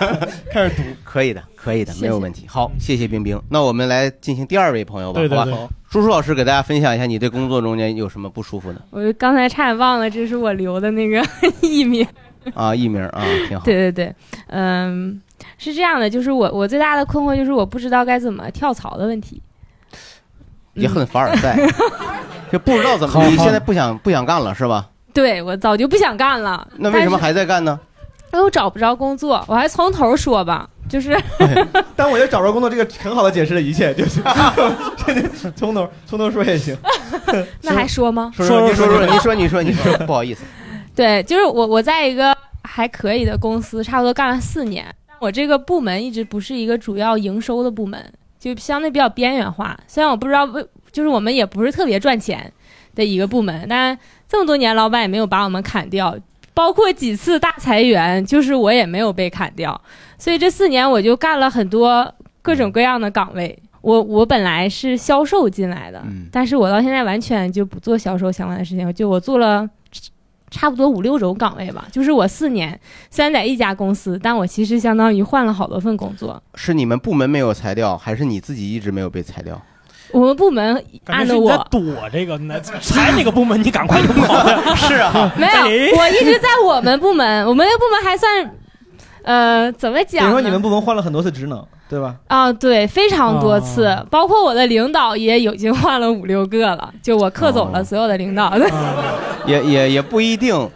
Speaker 3: 开始读。
Speaker 2: 可以的，可以的，
Speaker 5: 谢谢
Speaker 2: 没有问题。好，谢谢冰冰。那我们来进行第二位朋友吧，
Speaker 4: 对对
Speaker 2: 好吧
Speaker 4: 对？
Speaker 2: 叔叔老师给大家分享一下你对工作中间有什么不舒服的
Speaker 7: 我就刚才差点忘了，这是我留的那个 艺名。
Speaker 2: 啊？艺名啊，挺好。
Speaker 7: 对对对，嗯，是这样的，就是我我最大的困惑就是我不知道该怎么跳槽的问题。
Speaker 2: 也
Speaker 7: 嗯
Speaker 2: 很凡尔 赛，就不知道怎
Speaker 4: 好
Speaker 2: 么。
Speaker 4: 好
Speaker 2: 你现在不想不想干了是吧？
Speaker 7: 对我早就不想干了。
Speaker 2: 那为什么
Speaker 7: 但是？
Speaker 2: 还在干呢？
Speaker 7: 因为我找不着工作，我还从头说吧， 就是
Speaker 3: 但我觉得找着工作这个很好的解释了一切，就是 真的从头从头说也行。
Speaker 7: 那还说吗？
Speaker 2: 说说说说，你说你说你说，不好意思，
Speaker 7: 对，就是我我在一个还可以的公司，差不多干了四年。但我这个部门一直不是一个主要营收的部门，就相对比较边缘化。虽然我不知道为，就是我们也不是特别赚钱的一个部门，但这么多年老板也没有把我们砍掉，包括几次大裁员，就是我也没有被砍掉。所以这四年我就干了很多各种各样的岗位。我我本来是销售进来的，
Speaker 2: 嗯
Speaker 7: 但是我到现在完全就不做销售相关的事情，就我做了。差不多五六种岗位吧，就是我四年虽然在一家公司，但我其实相当于换了好多份工作。
Speaker 2: 是你们部门没有裁掉，还是你自己一直没有被裁掉？
Speaker 7: 我们部门按
Speaker 4: 感觉
Speaker 7: 照
Speaker 4: 是你在
Speaker 7: 我
Speaker 4: 躲这个，你在裁哪个部门你赶快就跑的。
Speaker 2: 是啊，
Speaker 7: 没
Speaker 4: 哎
Speaker 7: 有，我一直在我们部门，我们那部门还算，呃，怎么
Speaker 3: 等于
Speaker 7: 讲
Speaker 3: 说
Speaker 7: 呢？
Speaker 3: 你们部门换了很多次职能，对吧？
Speaker 7: 啊，对，非常多次，
Speaker 4: 哦
Speaker 7: 包括我的领导也已经换了五六个了，就我克走
Speaker 2: 哦
Speaker 7: 了所有的领导。
Speaker 4: 哦
Speaker 2: 也也也不一定。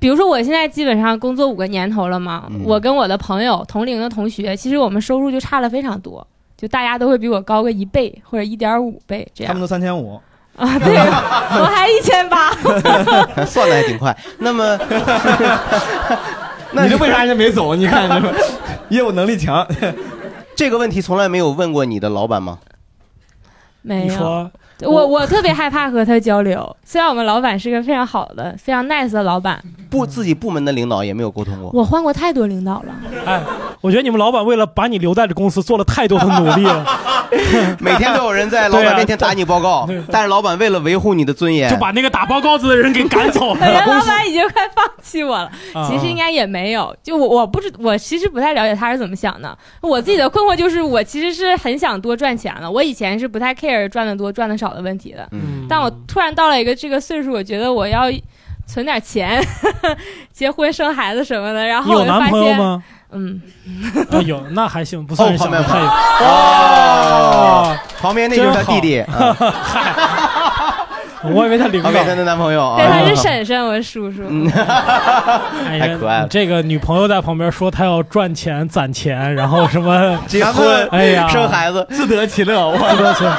Speaker 7: 比如说我现在基本上工作五个年头了嘛，
Speaker 2: 嗯
Speaker 7: 我跟我的朋友、同龄的同学，其实我们收入就差了非常多，就大家都会比我高个一倍或者一点五倍这
Speaker 3: 他
Speaker 7: 样
Speaker 3: 们。都三千五，
Speaker 7: 啊，对， 我 还一千八。
Speaker 2: 还 算的还挺快。那么，那
Speaker 3: 你这为啥人家没走？你看你这业务能力强，
Speaker 2: 这个问题从来没有问过你的老板吗？
Speaker 7: 没
Speaker 4: 你
Speaker 7: 有，
Speaker 4: 说
Speaker 7: 我我特别害怕和他交流。虽然我们老板是个非常好的、非常 nice 的老板，
Speaker 2: 部自己部门的领导也没有沟通过。
Speaker 7: 我换过太多领导了。
Speaker 4: 哎，我觉得你们老板为了把你留在这公司做了太多的努力了，
Speaker 2: 每天都有人在老
Speaker 4: 对
Speaker 2: 板
Speaker 4: 啊
Speaker 2: 面前打你报告， 但是老板为了维护你的尊严，
Speaker 4: 就把那个打报告子的人给赶走
Speaker 7: 感觉
Speaker 4: 了。
Speaker 7: 哎老板已经快放弃我了。
Speaker 4: 啊
Speaker 7: 其实应该也没有，就我我不知我其实不太了解他是怎么想的。我自己的困惑就是，我其实是很想多赚钱的。我以前是不太 care 赚的多赚的少的问题的，
Speaker 2: 嗯，
Speaker 7: 但我突然到了一个这个岁数，我觉得我要存点钱， 结婚生孩子什么的。然
Speaker 4: 你
Speaker 7: 后我
Speaker 4: 有
Speaker 7: 就
Speaker 4: 男
Speaker 7: 发
Speaker 4: 朋友
Speaker 7: 现，
Speaker 4: 吗？
Speaker 7: 嗯，
Speaker 4: 啊，有，那还行，不算是想
Speaker 2: 哦
Speaker 4: 的
Speaker 2: 旁
Speaker 4: 太
Speaker 2: 边
Speaker 4: 远。
Speaker 2: 哦
Speaker 4: 哦，
Speaker 2: 旁边那就是他弟 弟，啊
Speaker 4: 我以为他领导
Speaker 2: 旁。边他的男朋友
Speaker 7: 对，他
Speaker 2: 啊
Speaker 7: 是。婶婶，我是叔叔。
Speaker 3: 嗯
Speaker 4: 哎
Speaker 2: 太可爱了
Speaker 4: 呀，这个女朋友在旁边说她要赚钱、攒钱，然后什么
Speaker 2: 结婚，
Speaker 4: 哎呀
Speaker 2: 生孩子，
Speaker 3: 自得其乐。我
Speaker 4: 多钱？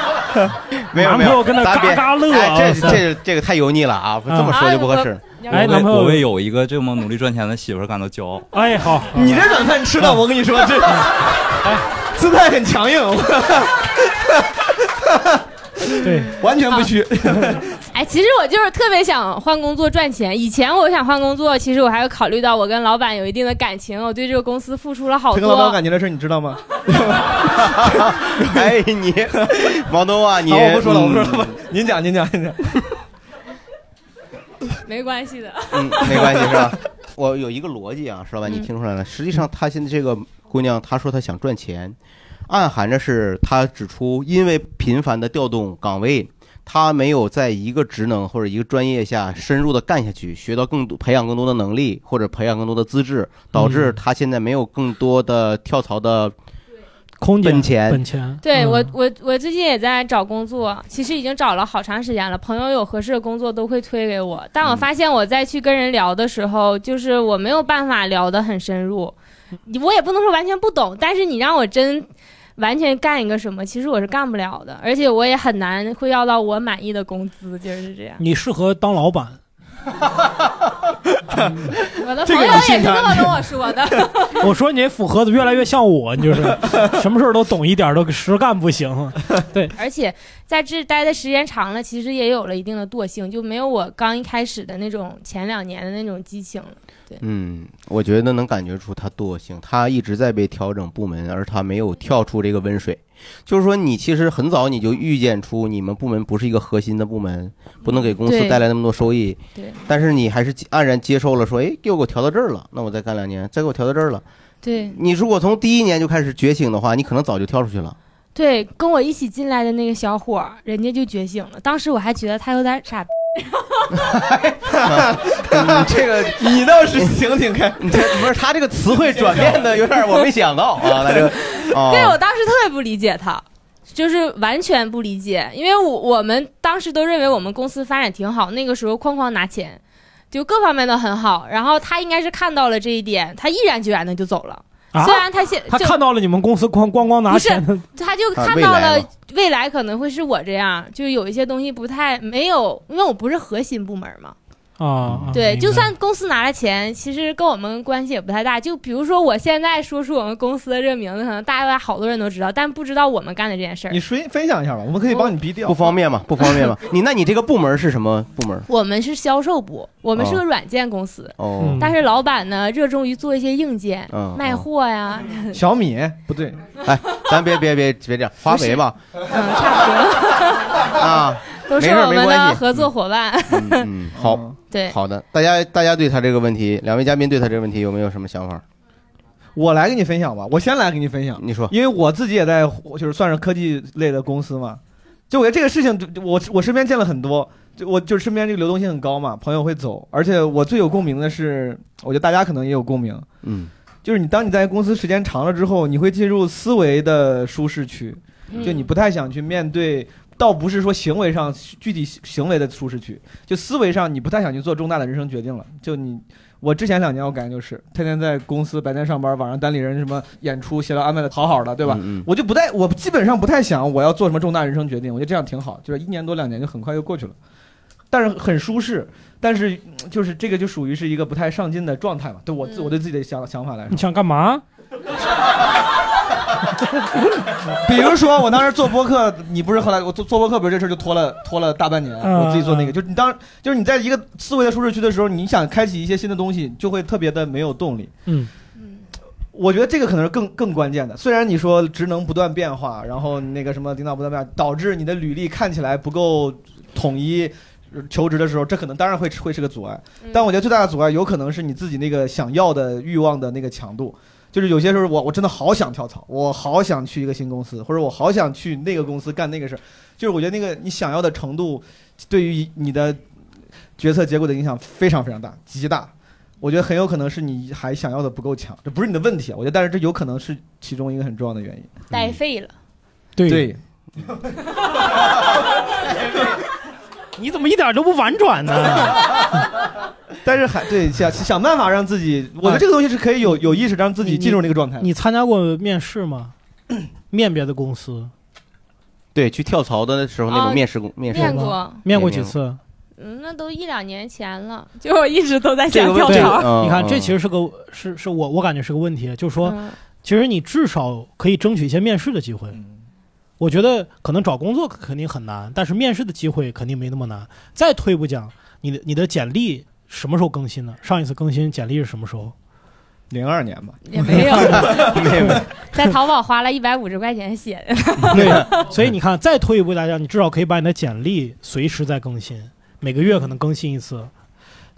Speaker 2: 没 没有
Speaker 4: 男
Speaker 2: 没
Speaker 4: 朋友
Speaker 2: 有，
Speaker 4: 跟那
Speaker 2: 咱别
Speaker 4: 嘎嘎乐
Speaker 2: 哎
Speaker 4: 啊，
Speaker 2: 这
Speaker 4: 我操
Speaker 2: 这这个太油腻了啊！这么说就不合适。
Speaker 4: 哎，男朋
Speaker 8: 我
Speaker 4: 友
Speaker 8: 为有一个这么努力赚钱的媳妇儿感到骄傲。
Speaker 4: 哎好，
Speaker 3: 你这软饭吃的，我跟你说，这姿态很强硬，
Speaker 4: 对，
Speaker 3: 完全不虚。
Speaker 7: 哎，其实我就是特别想换工作赚钱。以前我想换工作，其实我还有考虑到我跟老板有一定的感情，我对这个公司付出了好
Speaker 3: 他跟老板
Speaker 7: 多。
Speaker 3: 感情的事儿你知道吗？
Speaker 2: 哎，你毛东啊，你
Speaker 3: 好，我不说了，我不说了，
Speaker 2: 嗯
Speaker 3: 不您讲，您讲，您讲。
Speaker 7: 没关系的，
Speaker 2: 嗯， 没关系是 吧？我有一个逻辑啊，石老板，你
Speaker 7: 嗯
Speaker 2: 听出来了？实际上，她现在这个姑娘，她说她想赚钱，暗含着是她指出，因为频繁的调动岗位，她没有在一个职能或者一个专业下深入的干下去，学到更多、培养更多的能力或者培养更多的资质，导致她现在没有更多的跳槽的
Speaker 4: 空姐
Speaker 2: 本钱。
Speaker 4: 本钱，
Speaker 7: 对、
Speaker 4: 嗯
Speaker 7: 我我我最近也在找工作，其实已经找了好长时间了。朋友有合适的工作都会推给我，但我发现我再去跟人聊的时候，就是我没有办法聊得很深入。我也不能说完全不懂，但是你让我真完全干一个什么，其实我是干不了的，而且我也很难会要到我满意的工资，就是这样。
Speaker 4: 你适合当老板，
Speaker 7: 我的
Speaker 3: 这
Speaker 7: 朋
Speaker 3: 个
Speaker 7: 友
Speaker 3: 你
Speaker 7: 也
Speaker 3: 信
Speaker 7: 是
Speaker 3: 他
Speaker 7: 这么跟我说的。
Speaker 4: 我说你符合的越来越像我，你就是 什么事儿都懂一点儿，都实干不行。
Speaker 7: 而且在这待的时间长了，其实也有了一定的惰性，就没有我刚一开始的那种前两年的那种激情了。
Speaker 2: 嗯，我觉得能感觉出他惰性，他一直在被调整部门，而他没有跳出这个温水。就是说，你其实很早你就预见出你们部门不是一个核心的部门，不能给公司
Speaker 7: 对
Speaker 2: 带来那么多收益。
Speaker 7: 对
Speaker 2: 但是你还是黯然接受了，说，哎，又给我调到这儿了，那我再干两年，再给我调到这儿了。
Speaker 7: 对
Speaker 4: 嗯
Speaker 2: 你如果从第一年就开始觉醒的话，你可能早就跳出去了。
Speaker 7: 对，跟我一起进来的那个小伙儿，人家就觉醒了。当时我还觉得他有点傻逼，
Speaker 2: 嗯这个，
Speaker 3: 你倒是行挺开，
Speaker 2: 你这 不是他这个词汇转变的有点儿我没想到啊，他这个，哦
Speaker 7: 对我当时特别不理解他。就是完全不理解，因为我我们当时都认为我们公司发展挺好，那个时候哐哐拿钱，就各方面都很好。然后他应该是看到了这一点，他毅然决然的就走了。
Speaker 4: 啊
Speaker 7: 虽然他现
Speaker 4: 他
Speaker 7: 就
Speaker 4: 看到了你们公司光光光拿
Speaker 7: 不是
Speaker 4: 钱的，
Speaker 7: 他就
Speaker 2: 啊
Speaker 7: 看
Speaker 2: 未
Speaker 7: 到
Speaker 2: 来
Speaker 7: 了
Speaker 2: 嘛
Speaker 7: 未来可能会是我这样，就有一些东西不太没有，因为我不是核心部门嘛。
Speaker 5: 哦
Speaker 4: 啊，
Speaker 7: 对，
Speaker 4: 明白
Speaker 7: 就算公司拿了钱，其实跟我们关系也不太大。就比如说我现在说出我们公司的这个名字，可能大家好多人都知道，但不知道我们干的这件事儿
Speaker 3: 你。分分享一下吧，我们可以帮你逼掉。
Speaker 2: 不方便嘛，不方 便嘛。你那你这个部门是什么部门？
Speaker 7: 我们是销售部，我们是
Speaker 2: 哦
Speaker 7: 个软件公司，
Speaker 2: 哦。
Speaker 4: 嗯
Speaker 7: 但是老板呢热衷于做一些硬件，
Speaker 2: 嗯
Speaker 7: 卖货呀，
Speaker 3: 嗯小米不对，
Speaker 2: 哎咱别别别别这样，华为吧
Speaker 7: 嗯，差不多
Speaker 2: 啊，
Speaker 7: 都是
Speaker 2: 没事儿
Speaker 7: 我
Speaker 2: 没
Speaker 7: 们
Speaker 2: 关
Speaker 7: 的
Speaker 2: 系
Speaker 7: 合作伙伴。
Speaker 2: 嗯嗯，好
Speaker 3: 嗯，
Speaker 7: 对，
Speaker 2: 好的，大家大家对他这个问题，两位嘉宾对他这个问题有没有什么想法？
Speaker 3: 我来给你分享吧，我先来给你分享，
Speaker 2: 你说，
Speaker 3: 因为我自己也在就是算是科技类的公司嘛，就我觉得这个事情，就我我身边见了很多，就我就身边这个流动性很高嘛，朋友会走，而且我最有共鸣的是，我觉得大家可能也有共鸣，
Speaker 2: 嗯
Speaker 3: 就是你当你在公司时间长了之后，你会进入思维的舒适区，就你不太想去面对，倒不是说行为上具体行为的舒适区，就思维上你不太想去做重大的人生决定了。就你，我之前两年我感觉就是天天在公司白天上班，晚上单立人什么演出协调安排的好好的，对吧？
Speaker 2: 嗯
Speaker 3: 我就不太，我基本上不太想我要做什么重大人生决定，我觉得这样挺好，就是一年多两年就很快就过去了，但是很舒适，但是嗯就是这个就属于是一个不太上进的状态嘛，对我自
Speaker 7: 嗯
Speaker 3: 我对自己的想想法来说
Speaker 4: 你，想干嘛？
Speaker 3: 比如说我当时做播客，你不是后来我做做播客，不是这事儿就拖了拖了大半年，
Speaker 4: 嗯
Speaker 3: 我自己做那个，就是你当就是你在一个思维的舒适区的时候，你想开启一些新的东西，就会特别的没有动力。
Speaker 4: 嗯，
Speaker 7: 嗯
Speaker 3: 我觉得这个可能是更更关键的。虽然你说职能不断变化，然后那个什么领导不断变化，导致你的履历看起来不够统一，呃求职的时候，这可能当然会会是个阻碍。
Speaker 7: 嗯
Speaker 3: 但我觉得最大的阻碍有可能是你自己那个想要的欲望的那个强度。就是有些时候我我真的好想跳槽，我好想去一个新公司，或者我好想去那个公司干那个事儿。就是我觉得那个你想要的程度，对于你的决策结果的影响非常非常大，极大。我觉得很有可能是你还想要的不够强，这不是你的问题啊。我觉得，但是这有可能是其中一个很重要的原因。
Speaker 7: 带废了。
Speaker 4: 对，，你怎么一点都不婉转呢？
Speaker 3: 但是还对想想办法让自己，我觉得
Speaker 4: 啊
Speaker 3: 这个东西是可以有有意识让自己进入那个状态的。
Speaker 4: 你参加过面试吗？面别的公司，
Speaker 2: 对，去跳槽的时候那
Speaker 7: 哦
Speaker 2: 种面试工、面试
Speaker 7: 面
Speaker 2: 工
Speaker 7: 过
Speaker 4: 面过几次？
Speaker 7: 嗯，那都一两年前了，就我一直都在想跳
Speaker 4: 对
Speaker 7: 槽。
Speaker 3: 啊
Speaker 2: 嗯
Speaker 4: 你看，这
Speaker 2: 嗯
Speaker 4: 其实是个是是我我感觉是个问题，就是说，
Speaker 7: 嗯
Speaker 4: 其实你至少可以争取一些面试的机会。
Speaker 3: 嗯
Speaker 4: 我觉得可能找工作肯定很难，但是面试的机会肯定没那么难。再退一步讲，你的你的简历什么时候更新呢？上一次更新简历是什么时候？
Speaker 3: 零二年吧，
Speaker 7: 也没 有
Speaker 2: 没有没有
Speaker 7: 在淘宝花了一百五十块钱 写的，
Speaker 4: 对，所以你看，再退一步来讲，你至少可以把你的简历随时再更新，每个月可能更新一次。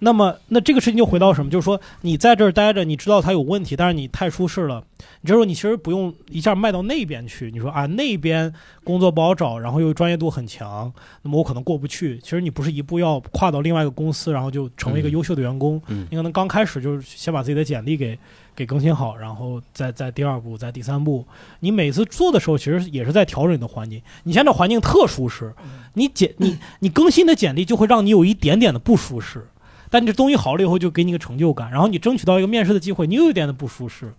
Speaker 4: 那么，那这个事情就回到什么？就是说，你在这儿待着，你知道它有问题，但是你太舒适了。你这时候你其实不用一下迈到那边去。你说啊，那边工作不好找，然后又专业度很强，那么我可能过不去。其实你不是一步要跨到另外一个公司，然后就成为一个优秀的员工。
Speaker 2: 嗯
Speaker 4: 你可能刚开始就是先把自己的简历给给更新好，然后再再第二步，再第三步。你每次做的时候，其实也是在调整你的环境。你现在环境特舒适，你简你你更新的简历就会让你有一点点的不舒适。但这东西好了以后，就给你个成就感，然后你争取到一个面试的机会，你又有一点的不舒适。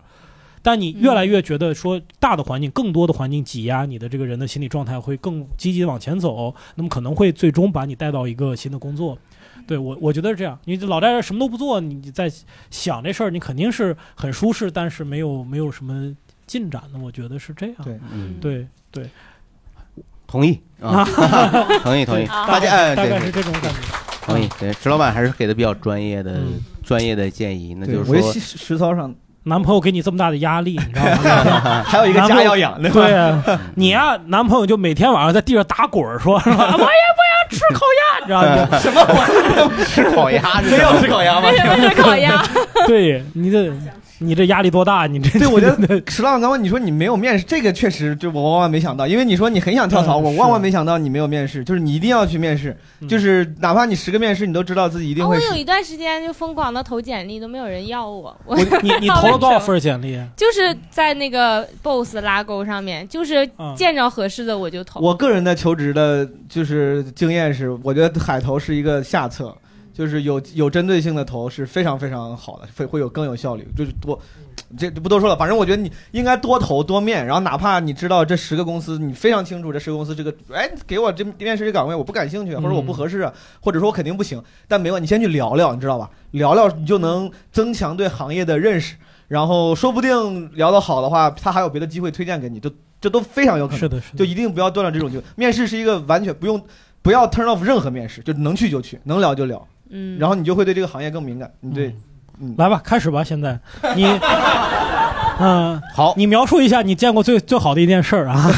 Speaker 4: 但你越来越觉得说，大的环境、更多的环境挤压你的这个人的心理状态，会更积极的往前走，那么可能会最终把你带到一个新的工作。对我，我觉得是这样。你老在这什么都不做，你在想这事儿，你肯定是很舒适，但是没有没有什么进展的。我觉得是这样。
Speaker 3: 对
Speaker 2: 嗯，
Speaker 4: 对
Speaker 2: 同意啊， 同意同意，
Speaker 7: 好
Speaker 2: 大家哎
Speaker 4: 大
Speaker 2: 对
Speaker 4: 概
Speaker 2: 对
Speaker 4: 是这种感觉。
Speaker 2: 同意，对，石老板还是给的比较专业的、
Speaker 4: 嗯
Speaker 2: 专业的建议，那
Speaker 3: 对，
Speaker 2: 就是
Speaker 3: 我
Speaker 2: 说
Speaker 3: 这，实操上
Speaker 4: 男朋友给你这么大的压力，你知道吗？
Speaker 3: 还有一个
Speaker 4: 然后
Speaker 3: 家要养，对吧？
Speaker 4: 对啊，你呀、男朋友就每天晚上在地上打滚儿， 说说我也不要吃烤鸭，
Speaker 9: 哎
Speaker 4: 然后你就
Speaker 2: 吃烤鸭是
Speaker 3: 真
Speaker 2: 吧
Speaker 3: 要吃烤鸭吗
Speaker 7: 为？什么是烤鸭？
Speaker 4: 对你这你这压力多大？你这
Speaker 3: 对，我觉得石浪，刚刚你说你没有面试，这个确实就我万万没想到，因为你说你很想跳槽，
Speaker 4: 嗯
Speaker 3: 我
Speaker 4: 是
Speaker 3: 万万没想到你没有面试，就是你一定要去面试，
Speaker 4: 嗯
Speaker 3: 就是哪怕你十个面试，你都知道自己一定
Speaker 7: 哦
Speaker 3: 会
Speaker 7: 我
Speaker 3: 失
Speaker 7: 有一段时间就疯狂的投简历，都没有人要我。我
Speaker 4: 我你 你投了多少份儿简历？啊
Speaker 7: 就是在那个 boss 拉钩上面，就是
Speaker 4: 嗯
Speaker 7: 见着合适的我就投。
Speaker 3: 我个人的求职的就是经验是，我觉得海投是一个下策，就是有有针对性的投是非常非常好的，会会有更有效率，就是多。这这不多说了，反正我觉得你应该多投多面，然后哪怕你知道这十个公司，你非常清楚这十个公司这个，哎，给我这面试这岗位我不感兴趣，或者
Speaker 4: 嗯
Speaker 3: 我不合适啊，或者说我肯定不行，但没有你先去聊聊，你知道吧？聊聊你就能增强对行业的认识，然后说不定聊得好的话，他还有别的机会推荐给你，就这都非常有可能。
Speaker 4: 是的，是
Speaker 3: 就
Speaker 4: 的，
Speaker 3: 一定不要断了这种就面试是一个完全不用不要 turn off 任何面试，就能去就去，能聊就聊，
Speaker 7: 嗯，
Speaker 3: 然后你就会对这个行业更敏感。你对，嗯
Speaker 4: 来吧，开始吧，现在 你嗯。
Speaker 2: 好，
Speaker 4: 你描述一下你见过最最好的一件事儿啊？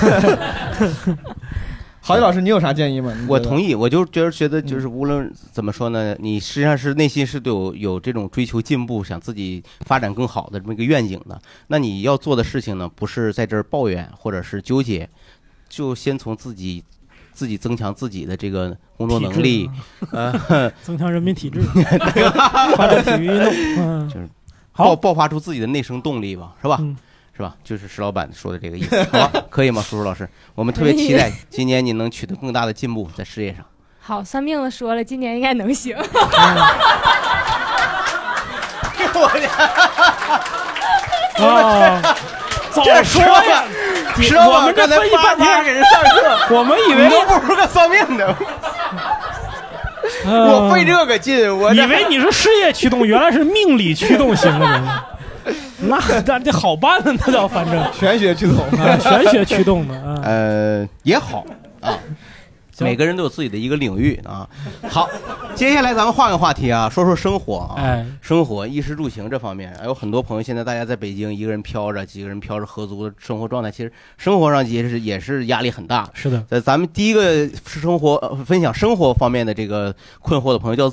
Speaker 3: 郝宇老师，你有啥建议吗？
Speaker 2: 我同意，我就觉得觉得
Speaker 4: 嗯
Speaker 2: 就是无论怎么说呢，你实际上是内心是对有有这种追求进步、想自己发展更好的这么一个愿景的。那你要做的事情呢，不是在这儿抱怨或者是纠结，就先从自己自己增强自己的这个工作
Speaker 4: 体制
Speaker 2: 能力，
Speaker 4: 啊
Speaker 2: 呃，
Speaker 4: 增强人民体质，发展体育 运动。嗯，
Speaker 2: 就是爆
Speaker 4: 好，
Speaker 2: 爆发出自己的内生动力吧，是吧？
Speaker 4: 嗯
Speaker 2: 是吧？就是石老板说的这个意思，好吧？可以吗，叔叔老师？我们特别期 待今年你能取得更大的进步在事业上。
Speaker 7: 好，算命的说了，今年应该能行。
Speaker 4: 嗯 啊，早说呀！
Speaker 2: 石老
Speaker 4: 我
Speaker 2: 板
Speaker 4: 们这
Speaker 2: 刚才
Speaker 4: 分析
Speaker 2: 叭
Speaker 4: 半
Speaker 2: 叭
Speaker 4: 天
Speaker 2: 给人上 课，
Speaker 4: 我们以
Speaker 2: 你
Speaker 4: 为
Speaker 2: 都不如个算命的，
Speaker 4: 嗯
Speaker 2: 我费这个劲，我这
Speaker 4: 以为你是事业驱动，原来是命理驱动型的人。那那这好办了，那倒反正
Speaker 3: 玄学去投，
Speaker 4: 啊，玄学驱动的啊。
Speaker 2: 呃也好啊，
Speaker 4: 行
Speaker 2: 每个人都有自己的一个领域啊。好，接下来咱们换个话题啊，说说生活啊。
Speaker 4: 哎，
Speaker 2: 生活、衣食住行这方面，哎有很多朋友现在大家在北京一个人飘着，几个人飘着合租的生活状态，其实生活上其实也是压力很大。
Speaker 4: 是的，
Speaker 2: 在咱们第一个生活、呃分享生活方面的这个困惑的朋友叫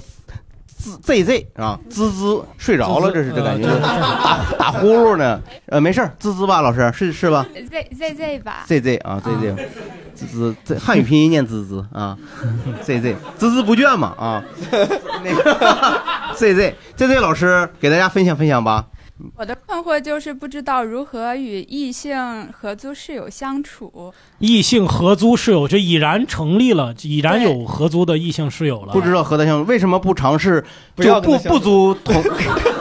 Speaker 2: 滋 Z Z 啊，滋滋睡着了，这是这感觉，
Speaker 4: 啊
Speaker 2: 打打呼噜呢。呃，没事儿，滋滋吧，老师是是吧
Speaker 10: Z Z Z 吧，
Speaker 2: ？Z Z 啊，Z Z，滋滋，这汉语拼音念滋滋啊，Z Z，孜孜不倦嘛啊，那个 Z Z Z Z 老师给大家分享分享吧。
Speaker 10: 我的困惑就是不知道如何与异性合租室友相处。
Speaker 4: 异性合租室友，这已然成立了，已然有合租的异性室友了。
Speaker 2: 不知道何大兄为什么不尝试
Speaker 4: 不
Speaker 2: 就
Speaker 4: 要跟
Speaker 2: 不
Speaker 4: 他相
Speaker 2: 不租 同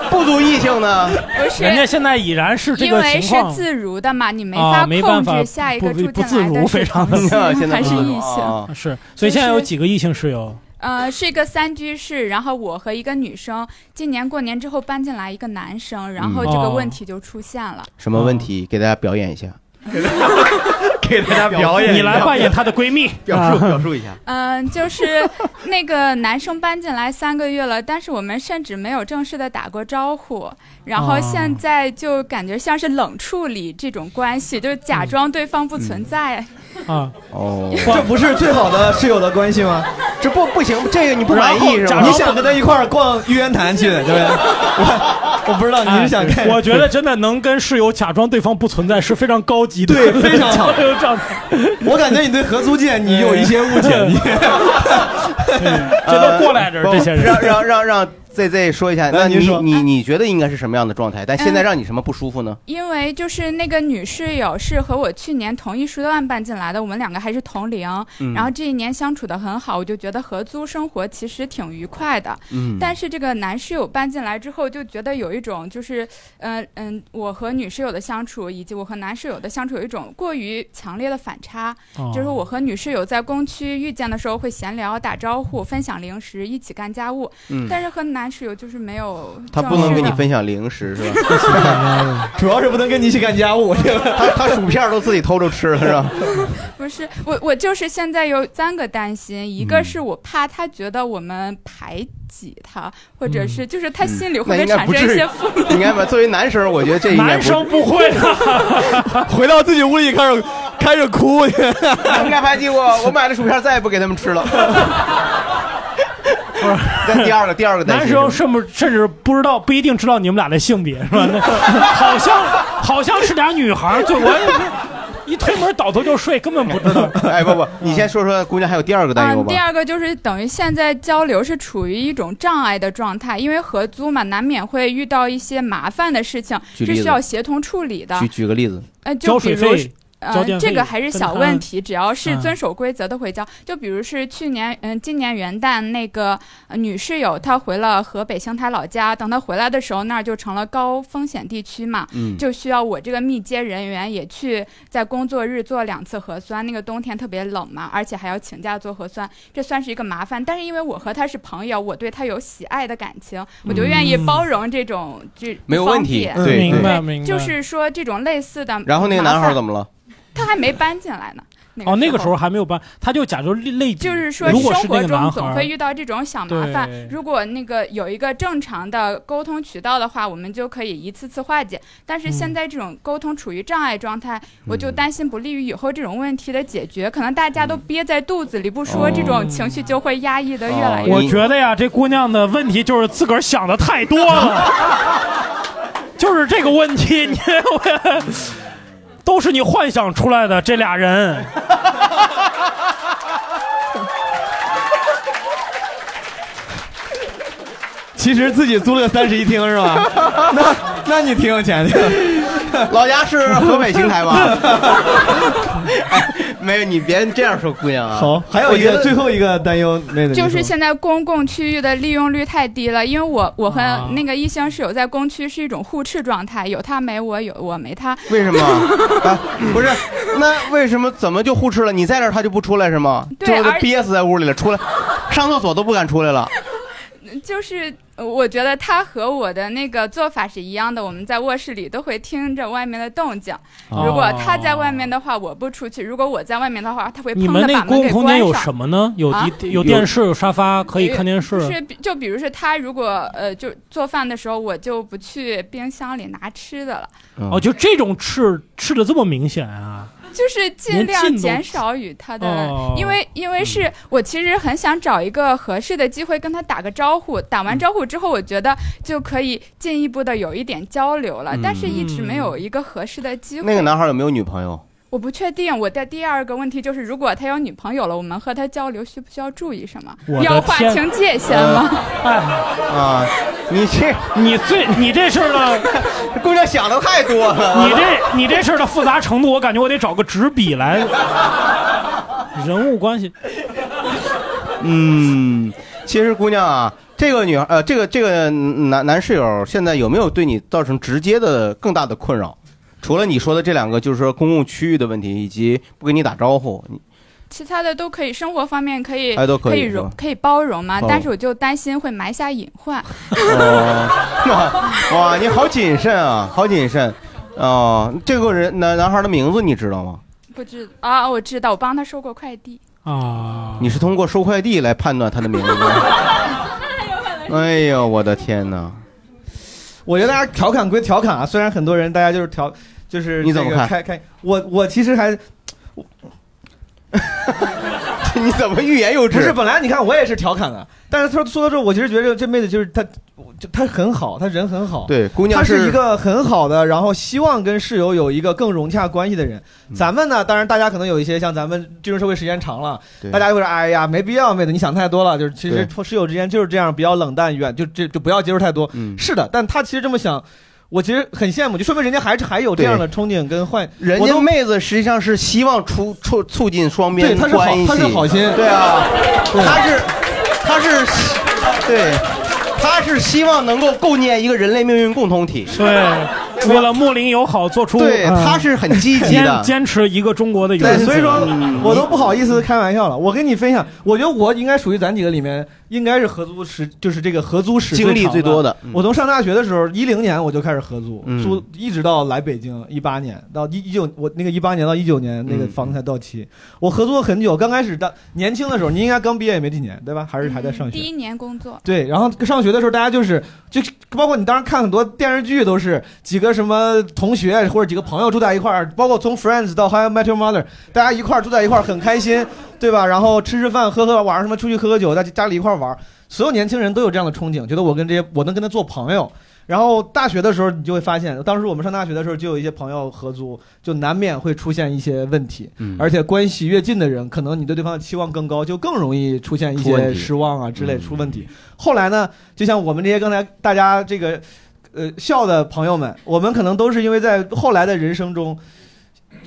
Speaker 2: 不租异性呢？
Speaker 10: 不是
Speaker 4: 人家现在已然是这
Speaker 10: 因
Speaker 4: 个
Speaker 10: 为
Speaker 4: 情
Speaker 10: 是
Speaker 4: 况。
Speaker 10: 自如的嘛，你没
Speaker 4: 啊，没办
Speaker 10: 控
Speaker 4: 法
Speaker 10: 制，下一个
Speaker 4: 不
Speaker 10: 住
Speaker 4: 不
Speaker 10: 进
Speaker 4: 自
Speaker 10: 来
Speaker 4: 如，
Speaker 10: 的
Speaker 4: 非
Speaker 10: 是
Speaker 4: 常
Speaker 10: 同性
Speaker 2: 现在
Speaker 10: 还
Speaker 2: 不自
Speaker 10: 是
Speaker 2: 如
Speaker 10: 异性
Speaker 2: 啊。
Speaker 4: 是，所以现在有几个异性室 友？
Speaker 10: 呃，是一个三居室，然后我和一个女生，今年过年之后搬进来一个男生，
Speaker 4: 嗯
Speaker 10: 然后这
Speaker 4: 哦
Speaker 10: 个问题就出现了。
Speaker 2: 什么问题？给大家表演一下， 给大家
Speaker 4: 你来扮演她的闺蜜，
Speaker 2: 表述
Speaker 4: 啊
Speaker 2: 表述一下。
Speaker 10: 嗯、就是那个男生搬进来三个月了，但是我们甚至没有正式的打过招呼，然后
Speaker 4: 哦
Speaker 10: 现在就感觉像是冷处理这种关系，就是假装对方不存在。
Speaker 4: 啊，
Speaker 2: 哦，
Speaker 3: 这不是最好的室友的关系吗？
Speaker 2: 这不不行，这个你不满
Speaker 3: 然后
Speaker 2: 意是
Speaker 3: 假
Speaker 2: 吧？
Speaker 3: 如你想跟他一块儿逛玉渊 潭去，对不对？我我不知道你是想看，
Speaker 4: 哎我觉得真的能跟室友假装对方不存在是非常高级的，
Speaker 3: 对非常 好
Speaker 4: 这种
Speaker 3: 我感觉你 对合租界你有一些误解，你
Speaker 4: 这都过来人，
Speaker 2: 不
Speaker 4: 这些人
Speaker 2: 让让让让 Z Z 说一下，那
Speaker 3: 那
Speaker 2: 你
Speaker 3: 您说
Speaker 2: 你你觉得应该是什么样的状态？但现在让你什么不舒服呢？
Speaker 10: 因为就是那个女室友是和我去年同一时段搬进来的，我们两个还是同龄，
Speaker 2: 嗯
Speaker 10: 然后这一年相处的很好，我就觉得合租生活其实挺愉快的。
Speaker 2: 嗯，
Speaker 10: 但是这个男室友搬进来之后，就觉得有一种就是，嗯、嗯，我和女室友的相处，以及我和男室友的相处，有一种过于强烈的反差。
Speaker 2: 哦
Speaker 10: 就是我和女室友在工区遇见的时候会闲聊、打招呼、分享零食、一起干家务，
Speaker 2: 嗯
Speaker 10: 但是和男室友就是没有
Speaker 2: 他
Speaker 10: 正
Speaker 2: 不能
Speaker 10: 式
Speaker 2: 跟你
Speaker 10: 的
Speaker 2: 分享零食 是吧？
Speaker 3: 主要是不能跟你一起干家 务，这个
Speaker 2: 他他薯片都自己偷着吃了是吧？
Speaker 10: 不是我，我就是现在有三个担心，一
Speaker 2: 嗯
Speaker 10: 个是我怕他觉得我们排挤他，或者是就是他心里会
Speaker 2: 嗯那
Speaker 10: 不会
Speaker 2: 应该
Speaker 10: 产
Speaker 2: 不
Speaker 10: 生一
Speaker 2: 至 于
Speaker 10: 些负面？
Speaker 2: 应该吧？作为男生，我觉得这应该
Speaker 4: 男
Speaker 2: 不是
Speaker 4: 生不会的，
Speaker 3: 回到自己屋里开始开始哭去。
Speaker 2: 你们敢排挤我，我买了薯片再也不给他们吃了。 那第二个，第二个担
Speaker 4: 男
Speaker 2: 心
Speaker 4: 生
Speaker 2: 是
Speaker 4: 甚不甚至不知道不一定知道你们俩的性别是吧？ 那好像好像是俩女孩儿，就我也一推门倒头就睡，根本不知道。
Speaker 2: 吧哎，不不，你先说说姑娘还有第二个担忧
Speaker 10: 嗯，
Speaker 2: 吧
Speaker 10: 第。二个就是等于现在交流是处于一种障碍的状态，因为合租嘛，难免会遇到一些麻烦的事情，
Speaker 2: 举
Speaker 10: 是
Speaker 2: 例子
Speaker 10: 需要协同处理的
Speaker 2: 举。举个例子，
Speaker 10: 呃，就
Speaker 4: 交
Speaker 10: 比
Speaker 4: 水
Speaker 10: 如
Speaker 4: 费，交
Speaker 10: 呃
Speaker 4: 电，
Speaker 10: 这
Speaker 4: 费
Speaker 10: 个还是
Speaker 4: 分
Speaker 10: 小
Speaker 4: 摊
Speaker 10: 问题，只要是
Speaker 4: 嗯
Speaker 10: 遵守规则都会交。就比如是去年，嗯、今年元旦那个、呃女室友，她回了河北邢台老家，等她回来的时候，那儿就成了高风险地区嘛，
Speaker 2: 嗯，
Speaker 10: 就需要我这个密接人员也去在工作日做两次核酸。那个冬天特别冷嘛，而且还要请假做核酸，这算是一个麻烦。但是因为我和她是朋友，我对她有喜爱的感情，我就愿意
Speaker 4: 嗯
Speaker 10: 包容这种这
Speaker 2: 没有
Speaker 10: 不方
Speaker 2: 问题
Speaker 10: 便
Speaker 2: 对对
Speaker 4: 明白明白。
Speaker 10: 就是说这种类似的麻烦，
Speaker 2: 然后那个男孩怎么了？
Speaker 10: 他还没搬进来呢。
Speaker 4: 哦，那个时
Speaker 10: 候
Speaker 4: 候还没有搬，他就假装累。
Speaker 10: 就是说，
Speaker 4: 如果
Speaker 10: 生
Speaker 4: 是那
Speaker 10: 活
Speaker 4: 个
Speaker 10: 中
Speaker 4: 男
Speaker 10: 总
Speaker 4: 孩
Speaker 10: 会
Speaker 4: 儿，
Speaker 10: 遇到这种小麻
Speaker 4: 对
Speaker 10: 烦。如果那个有一个正常的沟通渠道的话，我们就可以一次次化解。但是
Speaker 2: 嗯
Speaker 10: 现在这种沟通处于障碍状态，我就担心不利于以后这种问题的解决。可能大家都
Speaker 2: 嗯
Speaker 10: 憋在肚子里不说，
Speaker 2: 哦
Speaker 10: 这种情绪就会压抑的越来越。
Speaker 2: 哦
Speaker 4: 我
Speaker 2: 你
Speaker 4: 觉得呀，这姑娘的问题就是自个儿想的太多了， 就是这个问题，你 我都是你幻想出来的这俩人。
Speaker 3: 其实自己租了个三室一厅是 吧？啊那 那你挺有钱的，
Speaker 2: 老 家是河北邢台吗？哎没有，你别这样说姑娘啊。
Speaker 3: 好，还有一
Speaker 2: 我觉
Speaker 3: 个
Speaker 2: 得
Speaker 3: 最后一个担忧，妹子
Speaker 10: 就是现在公共区域的利用率太低了，因为我我和
Speaker 4: 啊
Speaker 10: 那个异性室友在公区是一种互斥状态，有他没我，有我没他，
Speaker 2: 为什么？啊，不是，那为什么怎么就互斥了？你在这儿他就不出来是吗？
Speaker 10: 对
Speaker 2: 最后就
Speaker 10: 而
Speaker 2: 憋死在屋里了，出来上厕所都不敢出来了。
Speaker 10: 就是呃我觉得他和我的那个做法是一样的，我们在卧室里都会听着外面的动静。
Speaker 4: 哦
Speaker 10: 如果他在外面的话，我不出去；如果我在外面的话，他会
Speaker 4: 你
Speaker 10: 砰
Speaker 4: 们
Speaker 10: 的
Speaker 4: 那
Speaker 10: 把
Speaker 4: 个公共
Speaker 10: 门给
Speaker 4: 空间
Speaker 10: 关
Speaker 4: 有
Speaker 10: 上。
Speaker 4: 什么呢？有
Speaker 10: 啊
Speaker 4: 一有电视，有沙发，可以看电视
Speaker 10: 不。是，比就比如是他如果呃，就做饭的时候，我就不去冰箱里拿吃的了，
Speaker 2: 嗯
Speaker 4: 哦，就这种吃吃的这么明显啊？
Speaker 10: 就是尽
Speaker 4: 连
Speaker 10: 量
Speaker 4: 进都
Speaker 10: 减少与他的
Speaker 4: 哦，
Speaker 10: 因为因为是我其实很想找一个合适的机会跟他打个招呼，打完招呼之后，我觉得就可以进一步的有一点交流了，但是一直没有一个合适的机会。
Speaker 2: 那个男孩有没有女朋友？
Speaker 10: 我不确定。我的第二个问题就是，如果他有女朋友了，我们和他交流需不需要注意什么？
Speaker 2: 我的
Speaker 10: 要划
Speaker 2: 天
Speaker 10: 清界限吗？
Speaker 2: 啊，你这
Speaker 4: 哎 你最你这事儿呢，
Speaker 2: 姑娘想的太多了
Speaker 4: 你这你这事儿的复杂程度，我感觉我得找个纸笔 来。人物关系，
Speaker 2: 嗯，其实姑娘啊，这个女孩呃，这个这个男男室友现在有没有对你造成直接的更大的困扰？除了你说的这两个，就是说公共区域的问题，以及不跟你打招呼，你
Speaker 10: 其他的都可以，生活方面可以，
Speaker 2: 哎都可以
Speaker 10: 以
Speaker 2: 是吧
Speaker 10: 容，可以包容嘛。
Speaker 2: 哦
Speaker 10: 但是我就担心会埋下隐患。
Speaker 2: 哦，哇，你好谨慎啊，好谨慎。哦，这个人男男孩的名字你知道吗？
Speaker 10: 不知啊，我知道，我帮他收过快递。
Speaker 4: 啊，
Speaker 2: 你是通过收快递来判断他的名字吗？哎呦，我的天哪！
Speaker 3: 我觉得大家调侃归调侃啊，虽然很多人大家就是调，就是
Speaker 2: 你怎么
Speaker 3: 这个
Speaker 2: 看
Speaker 3: 开开，我我其实还，
Speaker 2: 你怎么欲言又止
Speaker 3: 不是，本来你看我也是调侃的，但是他说到这，我其实觉得这妹子就是她，我就她很好，她人很好，
Speaker 2: 对姑娘
Speaker 3: 她
Speaker 2: 是
Speaker 3: 是一个很好的，然后希望跟室友有一个更融洽关系的人。
Speaker 2: 嗯
Speaker 3: 咱们呢，当然大家可能有一些像咱们进入社会时间长了
Speaker 2: 对，
Speaker 3: 大家会说，哎呀，没必要，妹子你想太多了，就是其实室友之间就是这样，比较冷淡远，就这就不要接触太多。
Speaker 2: 嗯
Speaker 3: 是的，但她其实这么想。我其实很羡慕，就说明人家还是还有这样的憧憬跟幻，
Speaker 2: 人
Speaker 3: 我
Speaker 2: 家
Speaker 3: 都
Speaker 2: 妹子实际上是希望促促促进双边
Speaker 3: 对她是好
Speaker 2: 关系，
Speaker 3: 她是好心
Speaker 2: 对啊，
Speaker 3: 对
Speaker 2: 她是她是对，她是希望能够构建一个人类命运共同体，
Speaker 4: 对，为了睦邻友好，做出
Speaker 2: 对
Speaker 4: 嗯
Speaker 2: 他是很积极的
Speaker 4: 坚坚持一个中国的
Speaker 3: 对
Speaker 4: 原，则。
Speaker 3: 所以说
Speaker 4: 嗯
Speaker 3: 我都不好意思开玩笑了。我跟你分享，我觉得我应该属于咱几个里面，应该是合租时，就是这个合租时
Speaker 2: 经历最多的
Speaker 3: 的
Speaker 2: 嗯。
Speaker 3: 我从上大学的时候，一零年我就开始合租
Speaker 2: 嗯，
Speaker 3: 租一直到来北京，一八年到一一九，我那个一八年到一九年
Speaker 2: 嗯
Speaker 3: 那个房子才到期。我合租了很久，刚开始当年轻的时候，你应该刚毕业也没几年，对吧？还是还在上学
Speaker 10: 第。一年工作，
Speaker 3: 对，然后上学的时候，大家就是就包括你当时看很多电视剧，都是几个什么同学或者几个朋友住在一块儿，包括从 Friends 到 How I Met Your Mother，大家一块儿住在一块儿很开心，对吧？然后吃吃饭，喝喝，晚上什么出去喝喝酒，在家里一块儿玩儿，所有年轻人都有这样的憧憬，觉得我跟这些我能跟他做朋友。然后大学的时候，你就会发现，当时我们上大学的时候，就有一些朋友合租，就难免会出现一些问题，
Speaker 2: 嗯
Speaker 3: 而且关系越近的人，可能你对对方的期望更高，就更容易出现一
Speaker 2: 出问
Speaker 3: 些
Speaker 2: 题
Speaker 3: 失望啊之类出问题。后来呢，就像我们这些刚才大家这个呃笑的朋友们，我们可能都是因为在后来的人生中。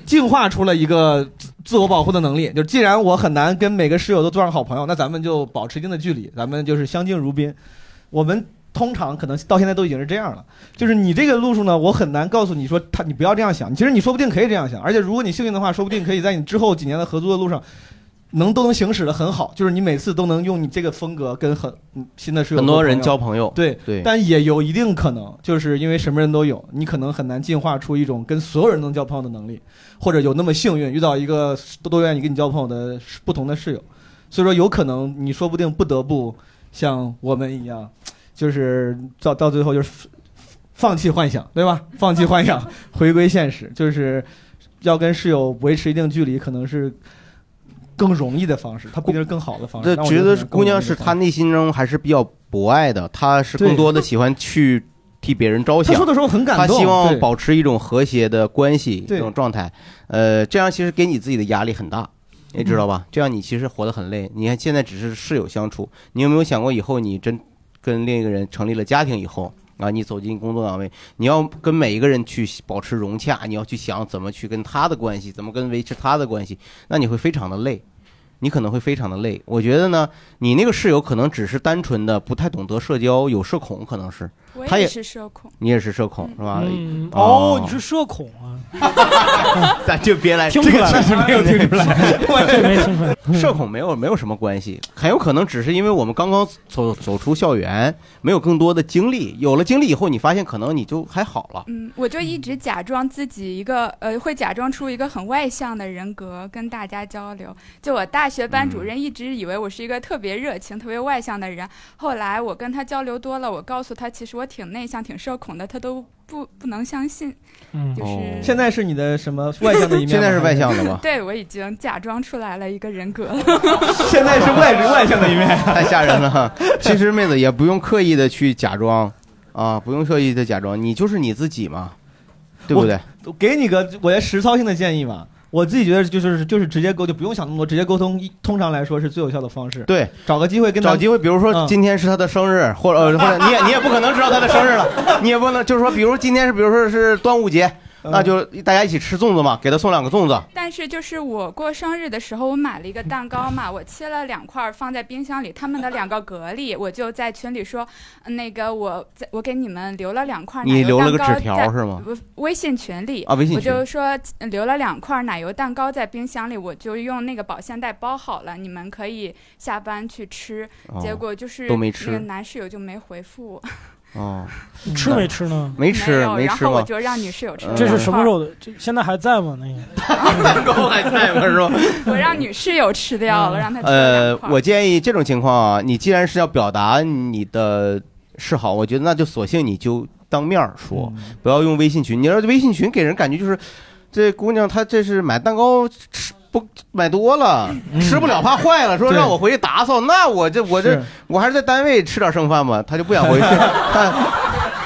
Speaker 3: 进化出了一个自自我保护的能力，就既然我很难跟每个室友都做上好朋友，那咱们就保持一定的距离，咱们就是相敬如宾。我们通常可能到现在都已经是这样了，就是你这个路数呢，我很难告诉你说他你不要这样想，其实你说不定可以这样想，而且如果你幸运的话，说不定可以在你之后几年的合租的路上。能都能行驶的很好，就是你每次都能用你这个风格跟很嗯新的室友
Speaker 2: 很
Speaker 3: 做
Speaker 2: 多人交朋友，
Speaker 3: 对
Speaker 2: 对，
Speaker 3: 但也有一定可能，就是因为什么人都有，你可能很难进化出一种跟所有人能交朋友的能力，或者有那么幸运遇到一个都都愿意跟你交朋友的不同的室友，所以说有可能你说不定不得不像我们一样，就是 到到最后就是放弃幻想，对吧？放弃幻想，回归现实，就是要跟室友维持一定距离，可能是更容易的方式，它不一定是更好的方式。
Speaker 2: 这
Speaker 3: 哦但我
Speaker 2: 觉
Speaker 3: 可
Speaker 2: 得
Speaker 3: 能更
Speaker 2: 姑娘
Speaker 3: 容易的
Speaker 2: 是
Speaker 3: 方
Speaker 2: 她内心中还是比较博爱的，她是更
Speaker 3: 对
Speaker 2: 多的喜欢去替别人着
Speaker 3: 她
Speaker 2: 想。
Speaker 3: 说的时候很感
Speaker 2: 她
Speaker 3: 动
Speaker 2: 希望
Speaker 3: 对
Speaker 2: 保持一种和谐的关系，
Speaker 3: 对
Speaker 2: 这种状态。呃，这样其实给你自己的压力很大，你知道吧？这样你其实活得很累。你看现在只是室友相处，你有没有想过以后你真跟另一个人成立了家庭以后？啊，你走进工作岗位，你要跟每一个人去保持融洽，你要去想怎么去跟他的关系，怎么跟维持他的关系，那你会非常的累。你可能会非常的累。我觉得呢，你那个室友可能只是单纯的不太懂得社交，有社恐，可能是
Speaker 10: 我。
Speaker 2: 他
Speaker 10: 也是社恐，
Speaker 2: 你也是社恐是吧？
Speaker 4: 嗯哦，你是社恐啊？
Speaker 2: 咱就别来，
Speaker 4: 听不出来啊
Speaker 2: 这个确实没有听出 来，
Speaker 4: 这没听出来
Speaker 2: 社恐没有没有什么关系，很有可能只是因为我们刚刚走走出校园，没有更多的经历。有了经历以后，你发现可能你就还好了。
Speaker 10: 嗯，我就一直假装自己一个
Speaker 3: 嗯
Speaker 10: 呃，会假装出一个很外向的人格跟大家交流。就我大学班主
Speaker 3: 嗯
Speaker 10: 任一直以为我是一个特别热情、特别外向的人，后来我跟他交流多了，我告诉他其实我挺内向、挺社恐的，他都不不能相信。
Speaker 4: 嗯，
Speaker 10: 就是
Speaker 3: 现在是你的什么外向的一面吗？
Speaker 2: 哦 现在是外向的
Speaker 3: 哦
Speaker 2: 吗
Speaker 10: 对我已经假装出来了一 个人 格了。
Speaker 3: 现在是外外向的一面，
Speaker 2: 太吓人了。 其实妹子也不用刻意的去假装啊，不用刻意的假装，你就是你自己嘛，对不对？
Speaker 3: 我给你个我的实操性的建议吧，我自己觉得就是就是直接沟就不用想那么多，直接沟通一通常来说是最有效的方式。
Speaker 2: 对，
Speaker 3: 找个机会跟他
Speaker 2: 找机会，比如说
Speaker 3: 嗯
Speaker 2: 今天是他的生日，或者呃 或者你也你也不可能知道他的生日 了，你也不能就是说，比如说今天是比如说是端午节，那就大家一起吃粽子嘛，给他送两个粽子。
Speaker 10: 但是就是我过生日的时候，我买了一个蛋糕嘛， 我切了两块儿放在冰箱里，他们的两个格力， 我就在群里说，嗯那个我在我给你们留了两块儿奶
Speaker 2: 你
Speaker 10: 油
Speaker 2: 留了
Speaker 10: 蛋
Speaker 2: 个
Speaker 10: 糕
Speaker 2: 纸条
Speaker 10: 在
Speaker 2: 是吗
Speaker 10: 不微信群里
Speaker 2: 啊微信
Speaker 10: 我
Speaker 2: 群
Speaker 10: 就说嗯留了两块儿奶油蛋糕在冰箱里，我就用那个保鲜袋包好了，你们可以下班去吃。
Speaker 2: 哦
Speaker 10: 结果就是
Speaker 2: 都没
Speaker 10: 那
Speaker 2: 吃
Speaker 10: 个男室友就没回复，
Speaker 2: 哦，
Speaker 4: 吃没吃呢？
Speaker 2: 没吃，
Speaker 10: 有
Speaker 2: 没
Speaker 10: 然
Speaker 2: 吃
Speaker 10: 后我
Speaker 2: 吗？
Speaker 10: 就让女室友吃了
Speaker 2: 嗯
Speaker 10: 两块
Speaker 4: 这
Speaker 10: 儿。
Speaker 4: 是什么时候的？这现在还在吗？那个
Speaker 2: 蛋糕还在吗？是吧？
Speaker 10: 我让女室友吃掉了，让她吃了
Speaker 2: 呃
Speaker 10: 两块，儿
Speaker 2: 我建议这种情况啊，你既然是要表达你的示好，我觉得那就索性你就当面儿说，
Speaker 3: 嗯
Speaker 2: 不要用微信群。你要是微信群给人感觉就是，这姑娘她这是买蛋糕吃不买多了，吃不了怕坏了，说
Speaker 3: 嗯对
Speaker 2: 让我回去打扫，那我这我这
Speaker 3: 是
Speaker 2: 我还是在单位吃点剩饭吧，她就不想 回去。她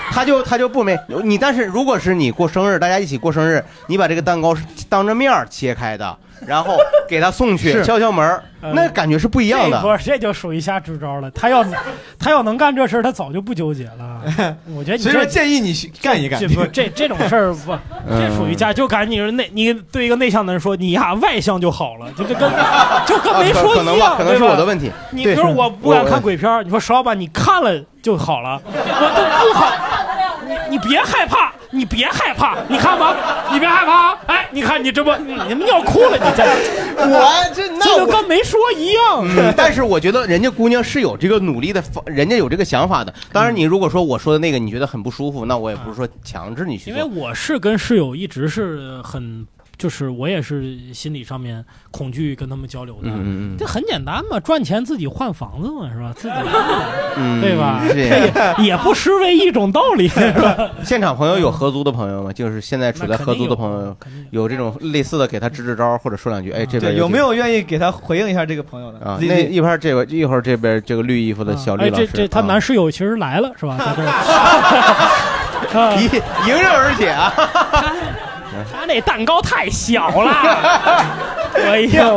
Speaker 2: 他就他就不没你，但是如果是你过生日，大家一起过生日，你把这个蛋糕是当着面儿切开的，然后给他送去，
Speaker 3: 是
Speaker 2: 敲敲门儿，
Speaker 4: 呃
Speaker 2: 那感觉是不一样
Speaker 4: 这
Speaker 2: 的。
Speaker 4: 波这就属于瞎支招了。他要他要能干这事儿，他早就不纠结 了。我觉得你
Speaker 3: 所以说
Speaker 4: 这
Speaker 3: 建议你去干一干
Speaker 4: 这。不这这种事儿 不，这属于家就感觉你是内你对一个内向的人说你呀外向就好了，就就 跟就跟
Speaker 2: 啊
Speaker 4: 没说
Speaker 2: 可可
Speaker 4: 一
Speaker 2: 能吧，
Speaker 4: 样，
Speaker 2: 可能
Speaker 4: 对
Speaker 2: 是
Speaker 4: 吧
Speaker 2: 我的问题。
Speaker 4: 你比
Speaker 2: 对
Speaker 4: 如说我不
Speaker 2: 我
Speaker 4: 敢
Speaker 2: 我
Speaker 4: 看鬼片儿，你说石老板你看了就好了，我都不好，你你别害怕，你别害怕，你看吧，你别害怕啊，哎，你看你这不你你们要哭了，你这
Speaker 2: 我这那
Speaker 4: 这就
Speaker 2: 我
Speaker 4: 跟没说一样。
Speaker 2: 嗯， 但是我觉得人家姑娘是有这个努力的方，人家有这个想法的。当然，你
Speaker 4: 嗯
Speaker 2: 如果说我说的那个你觉得很不舒服，那我也不是说强制你去
Speaker 4: 因为
Speaker 2: 做。
Speaker 4: 我是跟室友一直是很，就是我也是心理上面恐惧跟他们交流的。
Speaker 2: 嗯嗯
Speaker 4: 这很简单嘛，赚钱自己换房子嘛，是吧？自己
Speaker 2: 嗯，
Speaker 4: 对吧
Speaker 2: 是。
Speaker 4: 也不失为一种道理，是吧？
Speaker 2: 现场朋友有合租的朋友吗？就是现在处在
Speaker 4: 那肯定
Speaker 2: 合租的
Speaker 4: 有嗯
Speaker 2: 朋友，
Speaker 4: 肯定有嗯
Speaker 2: 有这种类似的，给他支支招儿或者说两句。哎，这边
Speaker 3: 对，有
Speaker 2: 这
Speaker 3: 没
Speaker 2: 个
Speaker 3: 有愿意给他回应一下这个朋友的？
Speaker 2: 啊，
Speaker 3: 自己
Speaker 2: 那一会儿这边一会儿这边这个绿衣服的小绿
Speaker 4: 哎，
Speaker 2: 老师，
Speaker 4: 这这他男
Speaker 2: 啊
Speaker 4: 室友其实来了，是 吧？在这儿啊
Speaker 2: 迎迎刃而解啊！
Speaker 4: 他那蛋糕太小 了，哎呦，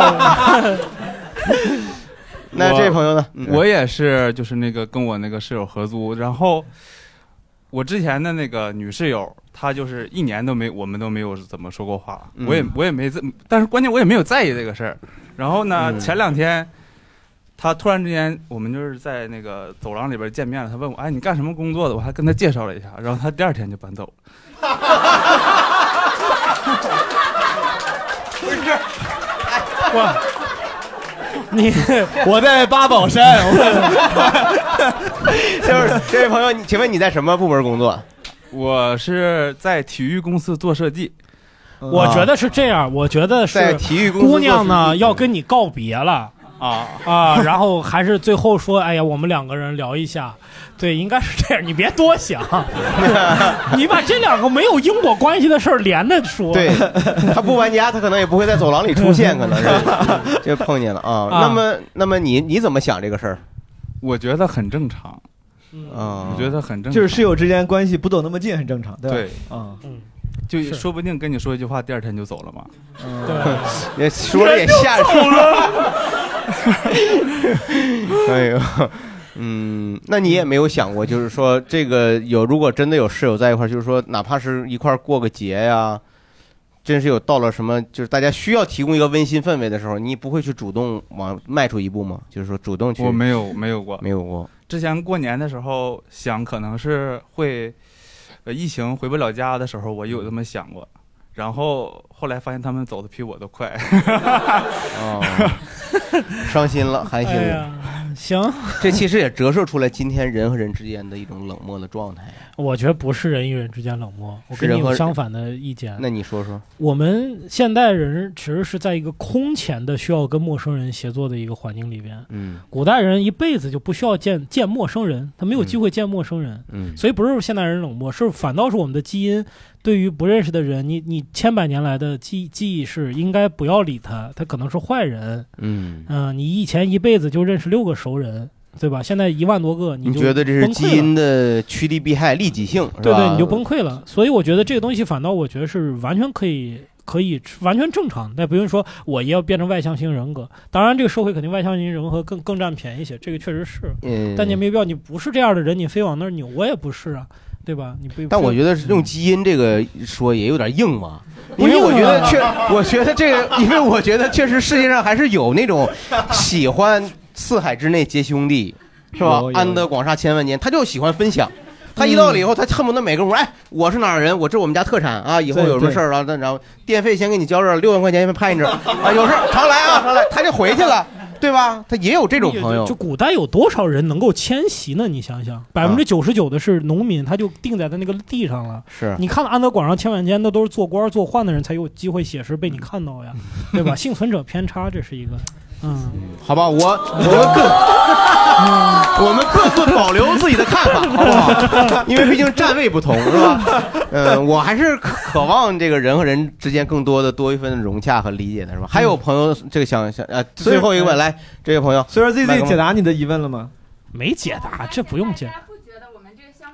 Speaker 2: 那这位朋友呢？嗯
Speaker 11: 我也是，就是那个跟我那个室友合租，然后我之前的那个女室友，她就是一年都没，我们都没有怎么说过话，
Speaker 2: 嗯
Speaker 11: 我也我也没在，但是关键我也没有在意这个事儿。然后呢，
Speaker 2: 嗯
Speaker 11: 前两天她突然之间，我们就是在那个走廊里边见面了，她问我，哎，你干什么工作的？我还跟她介绍了一下，然后她第二天就搬走了。
Speaker 4: 你
Speaker 6: 我在八宝山，
Speaker 2: 就是这位朋友，你请问你在什么部门工作？
Speaker 11: 我是在体育公司做设计，
Speaker 2: 嗯啊
Speaker 4: 我觉得是这样，我觉得
Speaker 2: 在
Speaker 4: 是
Speaker 2: 体育公司做
Speaker 4: 姑娘
Speaker 2: 设
Speaker 4: 呢
Speaker 2: 计
Speaker 4: 要跟你告别了。
Speaker 11: 啊，
Speaker 4: 啊，然后还是最后说，哎呀，我们两个人聊一下，对，应该是这样，你别多 想，你把这两个没有因果关系的事儿连着说，
Speaker 2: 对， 他不搬家，他可能也不会在走廊里出现，可 能是就碰见了啊。
Speaker 4: 啊
Speaker 2: 那么，那么你你怎么想这个事儿
Speaker 11: 我觉得很正常，
Speaker 2: 啊？
Speaker 11: 我觉得很正常，
Speaker 3: 就是室友之间关系不走那么近很正常，对吧？
Speaker 11: 对，
Speaker 3: 啊，
Speaker 2: 嗯
Speaker 11: 就是说不定跟你说一句话，第二天就走了嘛。
Speaker 2: 嗯
Speaker 4: 对
Speaker 2: 也说了也吓人。 哎呦，嗯，那你也没有想过，就是说这个有，如果真的有室友在一块儿，就是说哪怕是一块儿过个节呀、真是有到了什么，就是大家需要提供一个温馨氛围的时候，你不会去主动往迈出一步吗？就是说主动去，
Speaker 11: 我没有没有过，
Speaker 2: 没有过，
Speaker 11: 之前过年的时候想可能是会，呃，疫情回不了家的时候，我有这么想过。然后后来发现他们走的比我都快，
Speaker 2: 哦， 伤心了，寒心
Speaker 4: 哎
Speaker 2: 了。
Speaker 4: 呀，行，
Speaker 2: 这其实也折射出来今天人和人之间的一种冷漠的状态。
Speaker 4: 我觉得不是人与人之间冷漠，我
Speaker 2: 是
Speaker 4: 跟
Speaker 2: 人
Speaker 4: 你
Speaker 2: 和
Speaker 4: 有
Speaker 2: 人
Speaker 4: 相反的意见。
Speaker 2: 那你说说，
Speaker 4: 我们现代人其实是在一个空前的需要跟陌生人协作的一个环境里边，
Speaker 2: 嗯
Speaker 4: 古代人一辈子就不需要见见陌生人，他没有
Speaker 2: 嗯
Speaker 4: 机会见陌生人。
Speaker 2: 嗯
Speaker 4: 所以不是现代人冷漠，是反倒是我们的基因对于不认识的人，你你千百年来的记记忆是应该不要理他，他可能是坏人。
Speaker 2: 嗯，
Speaker 4: 嗯、你以前一辈子就认识六个熟人，对吧？现在一万多个，
Speaker 2: 你
Speaker 4: 就
Speaker 2: 觉得这是
Speaker 4: 崩溃
Speaker 2: 基因的趋利避害、利己性，是
Speaker 4: 对
Speaker 2: 吧
Speaker 4: 对，你就崩溃了。所以我觉得这个东西反倒我觉得是完全可以可以完全正常，但不用说我也要变成外向型人格。当然，这个社会肯定外向型人格更更占便宜些，这个确实是。
Speaker 2: 嗯
Speaker 4: 但你没必要，你不是这样的人，你非往那儿扭，我也不是啊，对吧？你不。
Speaker 2: 但我觉得用基因这个说也有点硬嘛，
Speaker 4: 不
Speaker 2: 因为我觉得确
Speaker 4: 硬啊，
Speaker 2: 我觉得这个，因为我觉得确实世界上还是有那种喜欢四海之内皆兄弟，是吧
Speaker 3: 有有？
Speaker 2: 安得广厦千万间，他就喜欢分享。他一到了以后，他恨不得每个屋，哎，我是哪儿人，我这我们家特产啊，以后
Speaker 3: 对
Speaker 2: 有什么事儿啊，那然后电费先给你交这儿，六万块钱先拍你这儿啊，有事儿常来啊，常来，他就回去了，对吧？他也有这种朋友，啊
Speaker 4: 就古代有多少人能够迁徙呢？你想想，百分之九十九的是农民，他就定在他那个地上了。
Speaker 2: 是
Speaker 4: 你看安德广上千万间，那都是做官做宦的人才有机会写诗被你看到
Speaker 2: 嗯
Speaker 4: 呀，对吧？幸存者偏差，这是一个。嗯，
Speaker 2: 好吧，我 我们各我们各自保留自己的看法，好不好？ 因为毕竟站位不同，是吧？ 嗯，我还是渴渴望这个人和人之间更多的多一份融洽和理解
Speaker 4: 嗯
Speaker 2: 的，是吧？还有朋友这个想想呃，最后一个问来，这位朋友，
Speaker 3: 所以说 Z
Speaker 2: 麦
Speaker 3: Z
Speaker 2: 克风
Speaker 3: 解答你的疑问了吗？
Speaker 4: 没解答，这不用解答。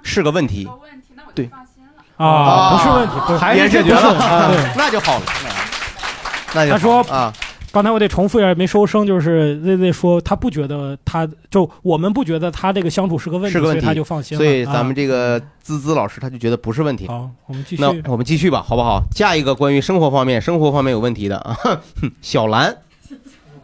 Speaker 2: 是个问题，对
Speaker 4: 啊不是问题不是
Speaker 2: 还是解决了
Speaker 4: 不是啊对，
Speaker 2: 那就好了，那就
Speaker 4: 他说
Speaker 2: 啊，
Speaker 4: 刚才我得重复一下，没收声，就是 Z Z 说他不觉得他就我们不觉得他这个相处是个问题，
Speaker 2: 是个问
Speaker 4: 所以
Speaker 2: 题，
Speaker 4: 他就放心了。
Speaker 2: 所以咱
Speaker 4: 啊
Speaker 2: 们这个滋滋老师他就觉得不是问题。
Speaker 4: 好，我们继续
Speaker 2: 那我们继续吧，好不好？下一个关于生活方面，生活方面有问题的 啊，哼小兰，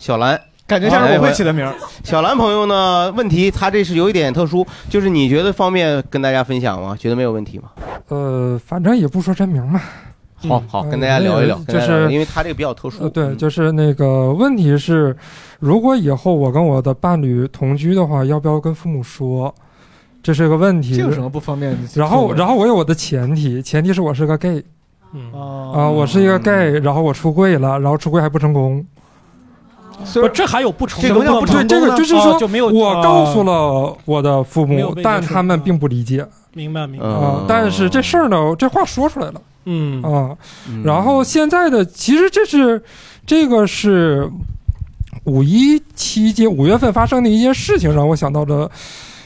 Speaker 2: 小兰，
Speaker 3: 感觉
Speaker 12: 哎
Speaker 3: 像是我会起的名儿。
Speaker 2: 小兰朋友呢，问题他这是有一点特殊，就是你觉得方便跟大家分享吗？觉得没有问题吗？
Speaker 12: 呃，反正也不说真名嘛。嗯呃
Speaker 2: 好好，跟大家聊一聊，跟
Speaker 12: 就
Speaker 2: 大家聊一聊
Speaker 12: 是
Speaker 2: 因为他这个比较特殊嗯
Speaker 12: 呃，对，就是那个问题是，如果以后我跟我的伴侣同居的话，要不要跟父母说？这是个问题。
Speaker 3: 这有什么不方便？
Speaker 12: 然后，然后我有我的前提，前提是我是个 gay
Speaker 3: 啊
Speaker 12: 啊、我是一个 gay，然后我出柜了，然后出柜还不成功。
Speaker 4: 不，这还有不成功的吗
Speaker 12: 对，这个就是说，
Speaker 4: 哦就没有
Speaker 12: 我告诉了我的父
Speaker 4: 没有
Speaker 12: 母
Speaker 4: 被，接
Speaker 12: 但
Speaker 4: 受
Speaker 12: 他们并不理解。
Speaker 4: 明白明
Speaker 2: 嗯
Speaker 4: 白。
Speaker 12: 啊、但是这事儿呢，这话说出来了，
Speaker 4: 嗯
Speaker 12: 啊，然后现在的其实这是这个是五一期间五月份发生的一件事情，让我想到了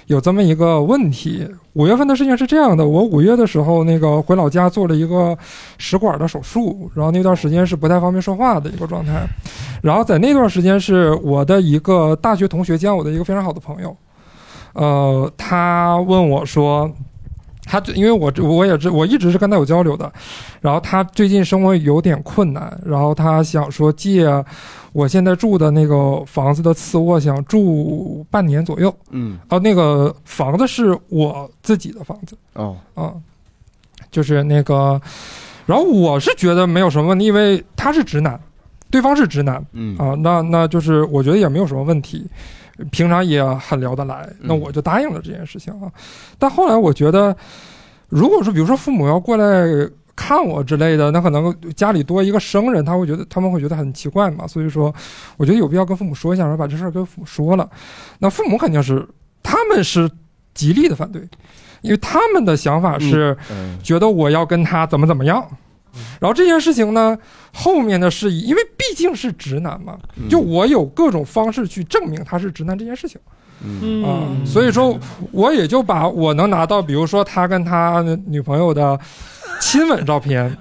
Speaker 12: 有这么一个问题。五月份的事情是这样的，我五月的时候那个回老家做了一个食管的手术，然后那段时间是不太方便说话的一个状态，然后在那段时间是我的一个大学同学兼我的一个非常好的朋友，呃，他问我说。他最因为我我也知我一直是跟他有交流的，然后他最近生活有点困难，然后他想说借我现在住的那个房子的次卧，想住半年左右。
Speaker 2: 嗯，
Speaker 12: 哦，那个房子是我自己的房子
Speaker 2: 哦，
Speaker 12: 啊、就是那个，然后我是觉得没有什么问题，因为他是直男，对方是直男，
Speaker 2: 嗯
Speaker 12: 啊、那那就是我觉得也没有什么问题，平常也很聊得来，那
Speaker 2: 嗯
Speaker 12: 我就答应了这件事情啊。但后来我觉得，如果说比如说父母要过来看我之类的，那可能家里多一个生人，他会觉得他们会觉得很奇怪嘛，所以说我觉得有必要跟父母说一下，然后把这事儿跟父母说了。那父母肯定是他们是极力的反对，因为他们的想法是
Speaker 2: 嗯
Speaker 12: 觉得我要跟他怎么怎么样。然后这件事情呢，后面的事宜，因为毕竟是直男嘛，就我有各种方式去证明他是直男这件事情。
Speaker 4: 嗯
Speaker 12: 啊、所以说我也就把我能拿到，比如说他跟他女朋友的亲吻照片，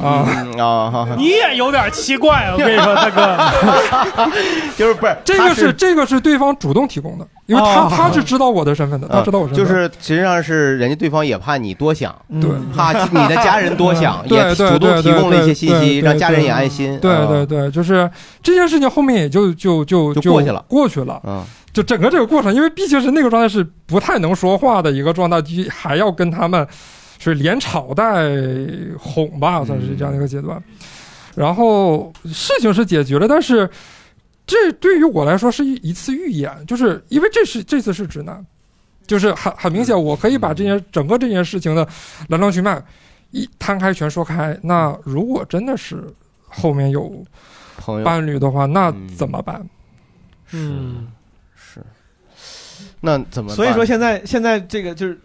Speaker 12: 啊、
Speaker 2: 啊
Speaker 4: 你也有点奇怪，我跟你说，大 哥，
Speaker 2: 就是不是
Speaker 12: 这
Speaker 2: 他
Speaker 12: 个
Speaker 2: 是
Speaker 12: 是这个是对方主动提供的，因为他、
Speaker 2: 哦
Speaker 12: 他是知道我的身份的，他知道我身
Speaker 2: 呃就
Speaker 12: 份，
Speaker 2: 是实际上是人家对方也怕你多想，
Speaker 12: 对
Speaker 2: 怕啊你的家人多 想，
Speaker 12: 嗯对
Speaker 2: 也
Speaker 12: 对
Speaker 2: 主
Speaker 12: 对
Speaker 2: 动提供了一些
Speaker 12: 对
Speaker 2: 信
Speaker 12: 对
Speaker 2: 息，
Speaker 12: 对
Speaker 2: 让家人
Speaker 12: 对
Speaker 2: 也安心。
Speaker 12: 对
Speaker 2: 啊
Speaker 12: 对对，就是这件事情后面也就就就
Speaker 2: 就过去了
Speaker 12: 过去了。
Speaker 2: 嗯，
Speaker 12: 就整个这个过程，因为毕竟是那个状态是不太能说话的一个状态，就还要跟他们是连吵带哄吧，算是这样的一个阶段。然后事情是解决了，但是这对于我来说是一一次预演，就是因为这是这次是直男，就是很很明显，我可以把这件整个这件事情的来龙去脉一摊开全说开。那如果真的是后面有
Speaker 2: 朋友
Speaker 12: 伴侣的话，那怎么办？
Speaker 4: 嗯，
Speaker 2: 是。那怎么办？
Speaker 3: 所以说现在现在这个就是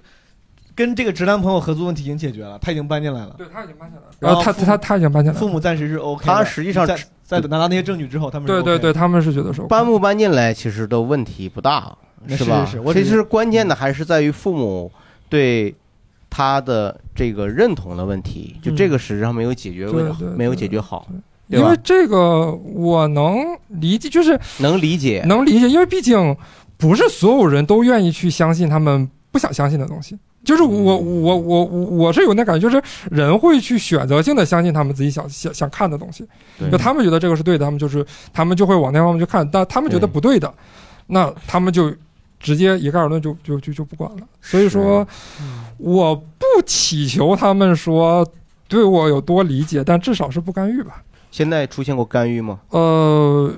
Speaker 3: 跟这个直男朋友合租问题已经解决了，他已经搬进来了。
Speaker 12: 对他已经搬进来了。
Speaker 3: 然
Speaker 12: 然后
Speaker 3: 后
Speaker 12: 啊他
Speaker 3: 父
Speaker 12: 他他已经搬进来了
Speaker 3: 父母暂时是 OK 的。
Speaker 2: 他实际上
Speaker 3: 在
Speaker 2: 只
Speaker 3: 在拿到那些证据之后，他们是
Speaker 12: 对
Speaker 3: OK
Speaker 12: 对对，他们是觉得说
Speaker 2: 搬不搬进来其实都问题不大，
Speaker 3: 那
Speaker 2: 吧？
Speaker 3: 是是是我只
Speaker 2: 其
Speaker 3: 是
Speaker 2: 实关键的还是在于父母对他的这个认同的问题，就
Speaker 3: 嗯
Speaker 2: 这个实际上没有解决，
Speaker 12: 对对
Speaker 2: 没有解决好，对
Speaker 12: 因为
Speaker 2: 吧？
Speaker 12: 这个我能理解，就是
Speaker 2: 能理解，
Speaker 12: 能理解，因为毕竟不是所有人都愿意去相信他们不想相信的东西。就是我
Speaker 2: 嗯
Speaker 12: 我我我是有那感觉，就是人会去选择性的相信他们自己想想想看的东西，
Speaker 2: 对
Speaker 12: 就他们觉得这个是对的，他们就是他们就会往那方面去看，但他们觉得不对的，那他们就直接一概而论就就就就不管了。所以说，我不祈求他们说对我有多理解，但至少是不干预吧。
Speaker 2: 现在出现过干预吗？
Speaker 12: 呃，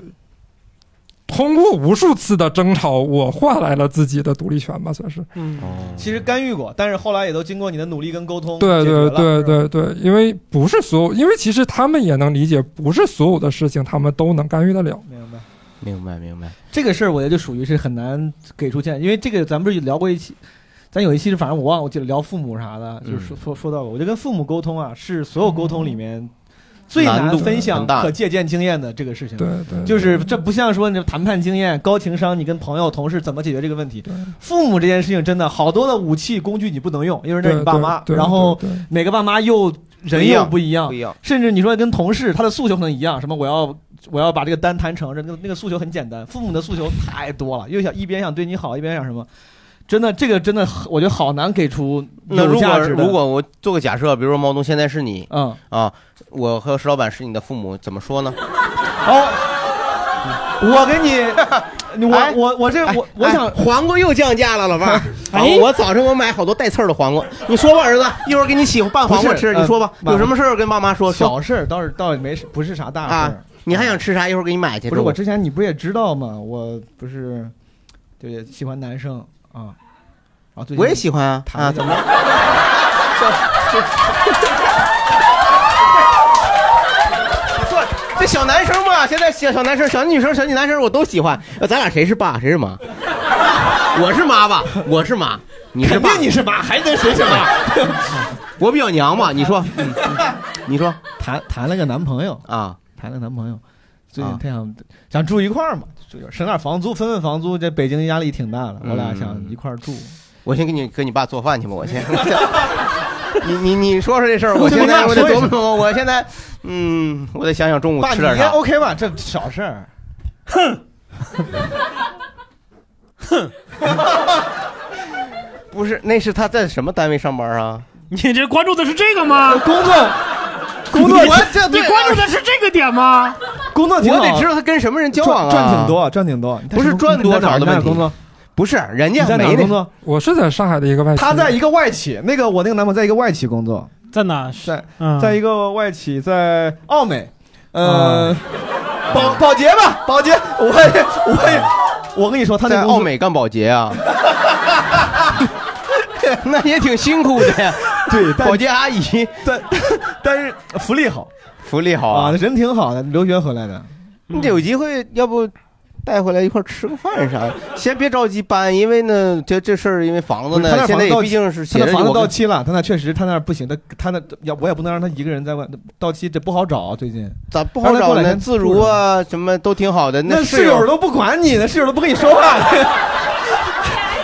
Speaker 12: 通过无数次的争吵，我换来了自己的独立权吧，算是。
Speaker 3: 嗯，其实干预过，但是后来也都经过你的努力跟沟通，
Speaker 12: 对
Speaker 3: 解决
Speaker 12: 对
Speaker 3: 了
Speaker 12: 对对对，因为不是所有，因为其实他们也能理解，不是所有的事情他们都能干预得了。
Speaker 3: 明白。
Speaker 2: 明白明白，
Speaker 3: 这个事儿，我觉得就属于是很难给出建议，因为这个咱们不是聊过一期，咱有一期是反正我忘了，我记得聊父母啥的，就是
Speaker 2: 嗯
Speaker 3: 说说说到过，我觉得跟父母沟通啊，是所有沟通里面最
Speaker 2: 难
Speaker 3: 难
Speaker 2: 度
Speaker 3: 分享
Speaker 2: 很大
Speaker 3: 可借鉴经验的这个事情。
Speaker 12: 对对
Speaker 3: 就是这不像说你谈判经验、高情商，你跟朋友、同事怎么解决这个问题。父母这件事情真的好多的武器工具你不能用，因为那是你爸妈，
Speaker 12: 对对对
Speaker 3: 然后
Speaker 12: 对对
Speaker 3: 每个爸妈又人
Speaker 2: 不一
Speaker 3: 又
Speaker 2: 样
Speaker 3: 不一样，
Speaker 2: 不一样
Speaker 3: 甚至你说跟同事，他的诉求可能一样，什么我要我要把这个单谈成，这个那个诉求很简单。父母的诉求太多了，又想一边想对你好，一边想什么，真的这个真的我觉得好难给出
Speaker 2: 那
Speaker 3: 有
Speaker 2: 如
Speaker 3: 价
Speaker 2: 果
Speaker 3: 值的
Speaker 2: 如果我做个假设，比如说毛东现在是你，
Speaker 3: 嗯
Speaker 2: 啊，我和石老板是你的父母，怎么说呢？
Speaker 3: 哦，我给 你，我我我这我我想
Speaker 2: 哎黄瓜又降价了，老伴儿。
Speaker 3: 哎
Speaker 2: 啊我早晨我买好多带刺儿的黄瓜，你说吧，儿子，一会儿给你洗拌黄瓜
Speaker 3: 不是
Speaker 2: 吃，
Speaker 3: 呃
Speaker 2: 你说吧，
Speaker 3: 妈
Speaker 2: 有什么事儿跟爸妈说？说
Speaker 3: 小事儿倒是倒也没事，不是啥大事
Speaker 2: 啊
Speaker 3: 儿。，
Speaker 2: 你还想吃啥？一会儿给你买去。
Speaker 3: 不是
Speaker 2: 中午
Speaker 3: 我之前你不是也知道吗？我不是就也喜欢男生啊，然后最近
Speaker 2: 我也喜欢啊
Speaker 3: 谈了
Speaker 2: 啊，
Speaker 3: 一
Speaker 2: 怎
Speaker 3: 个
Speaker 2: 么了？坐着这小男生嘛，现在小小男生、小女生、小女男生我都喜欢。呃咱俩谁是爸，谁是妈？我是妈吧，我是妈，你是爸，
Speaker 3: 肯定你是妈，还能谁是妈？
Speaker 2: 我比较娘嘛，你 说，嗯你说
Speaker 3: 谈谈了个男朋友
Speaker 2: 啊，
Speaker 3: 谈了个男朋友，最近
Speaker 2: 啊
Speaker 3: 他想想住一块儿嘛，就省点房租，分分房租。这北京压力挺大的，我俩想一块儿住。
Speaker 2: 我先给你跟你爸做饭去 吧，我先。你你你说说这事儿，我
Speaker 3: 你
Speaker 2: 现在
Speaker 3: 爸
Speaker 2: 我得
Speaker 3: 说一
Speaker 2: 琢磨
Speaker 3: 声
Speaker 2: 琢磨，我现在嗯，我得想想中午
Speaker 3: 爸，你
Speaker 2: 吃点啥。
Speaker 3: OK 吧？这小事儿。 哼，
Speaker 2: 不是，那是他在什么单位上班啊？
Speaker 13: 你这关注的是这个吗？
Speaker 3: 工作，
Speaker 2: 工作
Speaker 13: 我
Speaker 2: 这
Speaker 13: 你
Speaker 2: 对
Speaker 13: 关注的是这个点吗？
Speaker 3: 工作
Speaker 2: 挺好我得知道他跟什么人交往啊
Speaker 3: 赚赚挺多，赚挺多。你在
Speaker 2: 不是
Speaker 3: 什么
Speaker 2: 赚多少的
Speaker 3: 你在哪儿
Speaker 2: 问题
Speaker 3: 工作
Speaker 2: 不是，人
Speaker 3: 你在
Speaker 2: 家
Speaker 3: 哪儿
Speaker 2: 没
Speaker 3: 工作
Speaker 2: 的。？
Speaker 12: 我是在上海的一个外企，
Speaker 3: 他在一个外企，那个我那个男朋友在一个外企工作，
Speaker 4: 在哪？
Speaker 3: 在
Speaker 4: 嗯
Speaker 3: 在一个外企，在奥美，
Speaker 4: 啊
Speaker 3: 呃，保保洁吧，保洁，我也我也。我跟你 说，他那
Speaker 2: 在
Speaker 3: 公司
Speaker 2: 奥美干保洁啊，那也挺辛苦的 呀。
Speaker 3: 哎对，
Speaker 2: 保洁阿姨，
Speaker 3: 但但是福利好
Speaker 2: 福利好
Speaker 3: 啊，
Speaker 2: 啊，
Speaker 3: 人挺好的，留学回来的。
Speaker 2: 你得有机会，要不带回来一块儿吃个饭啥的。先别着急搬，因为呢，这这事儿因为房子
Speaker 3: 不是他那
Speaker 2: 呢，现
Speaker 3: 房
Speaker 2: 在
Speaker 3: 子
Speaker 2: 也
Speaker 3: 到
Speaker 2: 毕竟是
Speaker 3: 他
Speaker 2: 写
Speaker 3: 那
Speaker 2: 着
Speaker 3: 房子
Speaker 2: 我
Speaker 3: 到
Speaker 2: 跟
Speaker 3: 期了，他那确实他那不行，他他那要我也不能让他一个人在外到期，这不好找啊最近。
Speaker 2: 咋不好找呢？自如啊，什么都挺好的。
Speaker 3: 那
Speaker 2: 室
Speaker 3: 室友都不管你，那室友都不跟你说话。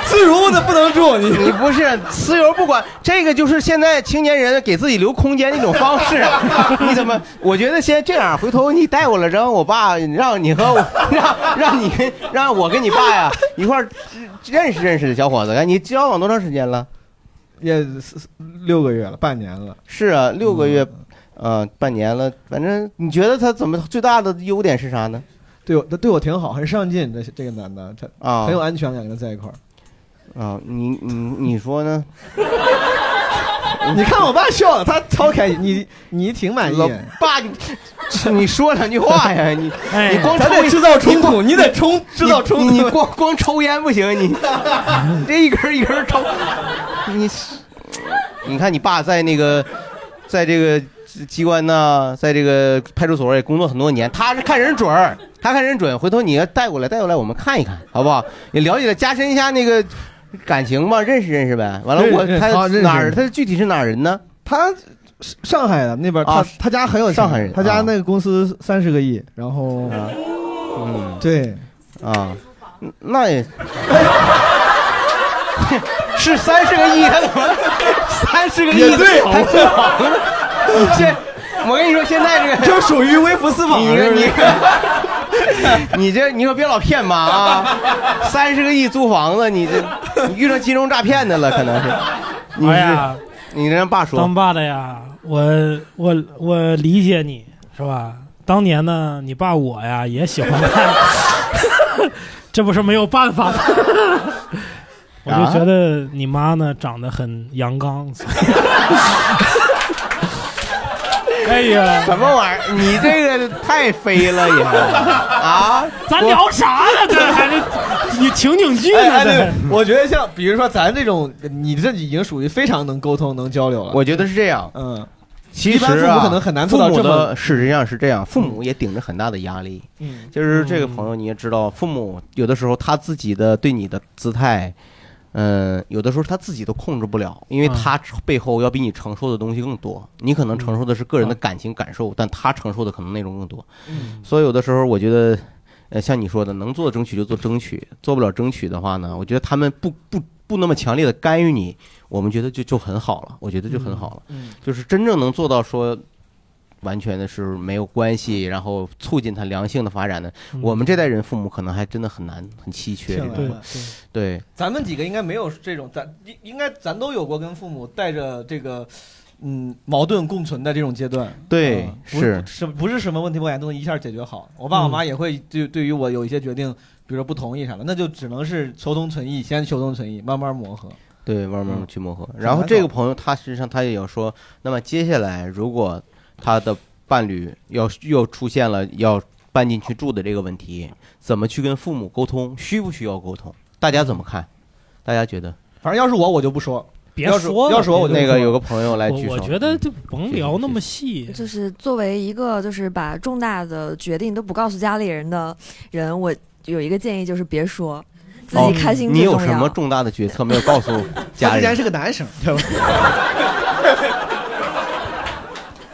Speaker 3: 自如那不能住，你
Speaker 2: 你不是自由不管，这个就是现在青年人给自己留空间的一种方式。啊 你怎么？我觉得先这样，回头你带我了，然后我爸让你和我 让让你跟让我跟你爸呀一块儿认识认识，小伙子，哎你交往多长时间了？
Speaker 3: 也四四六个月了，半年了。嗯
Speaker 2: 是啊，六个月，呃，半年了。反正你觉得他怎么最大的优点是啥呢？
Speaker 3: 对我，他对我挺好，很上进。这这个男的，他
Speaker 2: 啊
Speaker 3: 很有安全感，跟他在一块儿。
Speaker 2: 啊，你你你 说呢？
Speaker 3: 你看我爸笑的，他超开心。你你挺满意，
Speaker 2: 嗯老 爸，你你说两句话呀，你
Speaker 3: 哎
Speaker 2: 你光
Speaker 3: 咱
Speaker 2: 抽
Speaker 3: 得
Speaker 2: 烟
Speaker 3: 制造冲突
Speaker 2: 光
Speaker 3: 你得冲制造冲突
Speaker 2: 你你光 光抽烟不行， 你你这一根一根抽，你 你看你爸在那个在这个机关呢，在这个派出所也工作很多年，他是看人准儿，他看人准，回头你要带过来带过来，我们看一看，好不好？也了解加深一下那个感情嘛，认识认识呗。完了
Speaker 3: 认识
Speaker 2: 我
Speaker 3: 认识
Speaker 2: 他
Speaker 3: 好认识
Speaker 2: 哪儿
Speaker 3: 认识
Speaker 2: 他具体是哪儿人呢？
Speaker 3: 他上海的那边，他
Speaker 2: 啊
Speaker 3: 他家很有钱
Speaker 2: 上海人
Speaker 3: 他家那个公司三十个亿，然后
Speaker 2: 嗯，
Speaker 3: 对
Speaker 2: 啊，那也。是三十个亿，他怎么三十个亿？
Speaker 6: 也对
Speaker 2: 他最好。现我跟你说，现在这个
Speaker 3: 这属于微服私访啊
Speaker 2: 你你 你这你说别老骗妈啊！三十个亿租房子，你这你遇上金融诈骗的了，可能是。你是
Speaker 4: 哎呀，
Speaker 2: 你跟人爸说，
Speaker 4: 当爸的呀，我我我理解你是吧？当年呢，你爸我呀也喜欢看， 这不是没有办法吗？我
Speaker 2: 啊
Speaker 4: 就觉得你妈呢长得很阳刚，所以哎呀，
Speaker 2: 什么玩意儿？你这个太飞了也啊！
Speaker 4: 咱聊啥呢？这还是 你情景剧
Speaker 3: 哎
Speaker 4: 呢？
Speaker 3: 哎对
Speaker 4: 这，
Speaker 3: 我觉得像比如说咱这种，你这已经属于非常能沟通、能交流了。
Speaker 2: 我觉得是这样，
Speaker 3: 嗯，
Speaker 2: 其实
Speaker 3: 一般父母
Speaker 2: 啊，
Speaker 3: 可能很难做到这
Speaker 2: 父母
Speaker 3: 么
Speaker 2: 的事实上是这样，父母也顶着很大的压力。
Speaker 3: 嗯，
Speaker 2: 就是这个朋友你也知道，父母有的时候他自己的对你的姿态，嗯，有的时候他自己都控制不了，因为
Speaker 3: 嗯
Speaker 2: 他背后要比你承受的东西更多。你可能承受的是个人的感情感受，但他承受的可能内容更多。
Speaker 3: 嗯
Speaker 2: 所以有的时候我觉得，呃，像你说的，能做争取就做争取，做不了争取的话呢，我觉得他们不不不那么强烈的干预你，我们觉得就就很好了，我觉得就很好了。
Speaker 3: 嗯嗯
Speaker 2: 就是真正能做到说。完全的是没有关系，然后促进他良性的发展的，
Speaker 3: 嗯
Speaker 2: 我们这代人父母可能还真的很难，很稀缺这
Speaker 3: 挺
Speaker 2: 种。
Speaker 3: 难的
Speaker 2: 对，
Speaker 3: 咱们几个应该没有这种，咱应应该咱都有过跟父母带着这个。嗯，矛盾共存的这种阶段，
Speaker 2: 对
Speaker 3: 嗯
Speaker 2: 是
Speaker 3: 不是什不是什么问题，我感觉都能一下解决好。我爸我妈
Speaker 2: 嗯
Speaker 3: 也会对对于我有一些决定，比如说不同意啥的，那就只能是求同存异，先求同存异，慢慢磨合。
Speaker 2: 对，慢慢
Speaker 3: 嗯
Speaker 2: 去磨合。
Speaker 3: 很
Speaker 2: 然后
Speaker 3: 难
Speaker 2: 这
Speaker 3: 搞
Speaker 2: 个朋友他实际上他也有说，那么接下来如果他的伴侣要又出现了要搬进去住的这个问题，怎么去跟父母沟通？需不需要沟通？大家怎么看？大家觉得？
Speaker 3: 反正要是我，我就不说。
Speaker 4: 别
Speaker 3: 要是
Speaker 4: 说了
Speaker 3: 要是我，我就
Speaker 2: 那
Speaker 3: 不
Speaker 2: 个
Speaker 3: 说
Speaker 2: 有个朋友来举手，嗯
Speaker 4: 我我觉得就甭聊那么细，
Speaker 14: 就是作为一个就是把重大的决定都不告诉家里人的人，我有一个建议就是别说，自己开心
Speaker 2: 哦。你
Speaker 14: 最
Speaker 2: 有
Speaker 14: 重
Speaker 2: 什么
Speaker 14: 要。
Speaker 2: 重大的决策没有 告诉家
Speaker 3: 他之前
Speaker 2: 人？
Speaker 3: 是个男生，对吧？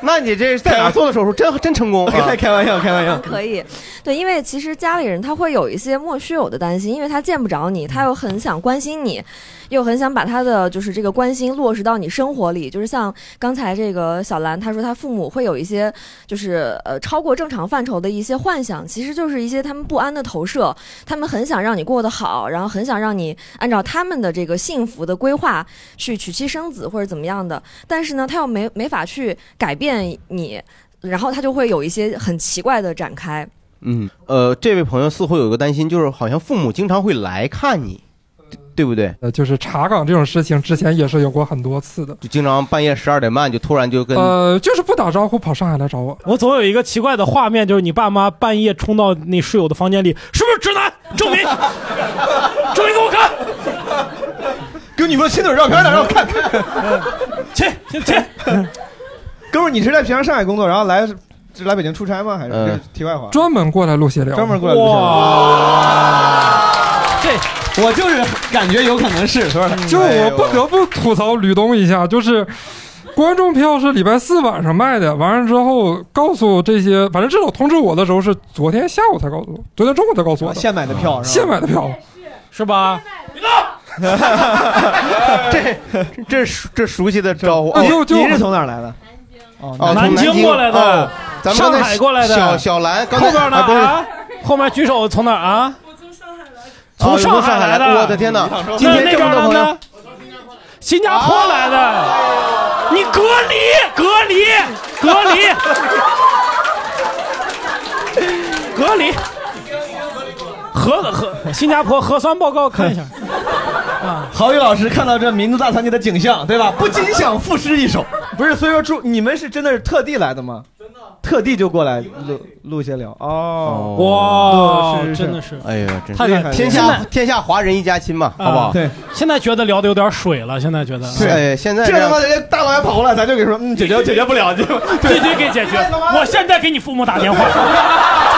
Speaker 2: 那你这在哪做的手术？真真成功、啊！
Speaker 3: 开玩笑，开玩笑。
Speaker 14: 嗯可以，对，因为其实家里人他会有一些莫须有的担心，因为他见不着你，他又很想关心你，又很想把他的就是这个关心落实到你生活里。就是像刚才这个小兰，她说她父母会有一些就是呃超过正常范畴的一些幻想，其实就是一些他们不安的投射，他们很想让你过得好，然后很想让你按照他们的这个幸福的规划去娶妻生子或者怎么样的，但是呢，他又没没法去改变你。然后他就会有一些很奇怪的展开，
Speaker 2: 嗯，呃，这位朋友似乎有个担心，就是好像父母经常会来看你，对对不对？
Speaker 12: 呃，就是查岗这种事情，之前也是有过很多次的。
Speaker 2: 就经常半夜十二点半就突然就跟
Speaker 12: 呃，就是不打招呼跑上海来找我。
Speaker 4: 我总有一个奇怪的画面，就是你爸妈半夜冲到那室友的房间里，是不是直男？证明，证明给我看，
Speaker 3: 给我女朋友亲嘴照片呢，让 我看看。
Speaker 4: 切切 切！
Speaker 3: 哥们儿，你是在平常上海工作，然后来是来北京出差吗？还是、这是题外话？
Speaker 12: 专门过来录闲聊，
Speaker 3: 专门过来录闲聊这我就是感觉有可能是，是不是？
Speaker 12: 就我不得不吐槽吕东一
Speaker 3: 哎
Speaker 12: 下，就是观众票是礼拜四晚上卖的，完了之后告诉这些，反正至少通知我的时候是昨天下午才告诉我，昨天中午才告诉我的，
Speaker 3: 现买的票是吧
Speaker 12: 现买的
Speaker 3: 嗯
Speaker 12: 票，
Speaker 4: 是吧？
Speaker 2: 这这熟这熟悉的招呼，
Speaker 3: 你
Speaker 2: 哦
Speaker 3: 您是从哪儿来的？哦
Speaker 2: 哦，从
Speaker 4: 南京
Speaker 2: 京
Speaker 4: 过来的
Speaker 2: 哦咱们刚才
Speaker 4: 上海过来的
Speaker 2: 小小兰，刚才
Speaker 4: 后边呢？
Speaker 2: 啊不是
Speaker 4: 啊，后面举手从哪儿啊？
Speaker 2: 哦
Speaker 4: 从上
Speaker 2: 从上海
Speaker 4: 海来
Speaker 2: 来的
Speaker 4: 的，
Speaker 2: 我的天哪
Speaker 4: 那
Speaker 2: 今天这么
Speaker 4: 那边
Speaker 2: 多朋友啊
Speaker 4: 呢新加坡来的，你隔离隔离隔 离隔离，核核新加坡核酸报告看一下。啊
Speaker 3: 郝宇老师看到这民族大团结的景象，对吧？不禁想赋诗一首。不是，所以说住你们是真的是特地来的吗？真的，特地就过来录录些聊哦。
Speaker 4: 哇
Speaker 3: 对是是
Speaker 4: 真的是
Speaker 2: 哎呀，真
Speaker 4: 太厉害了
Speaker 2: 天
Speaker 4: 现
Speaker 2: 下
Speaker 4: 在
Speaker 2: 天下华人一家亲吧，好不好？
Speaker 4: 啊对，现在觉得聊的有点水了，现在觉得
Speaker 2: 是哎现在
Speaker 3: 这他妈人家大老远跑过来，咱就给说，嗯，解决解决不了，就
Speaker 4: 必须给解决。 我现在给你父母打 电话。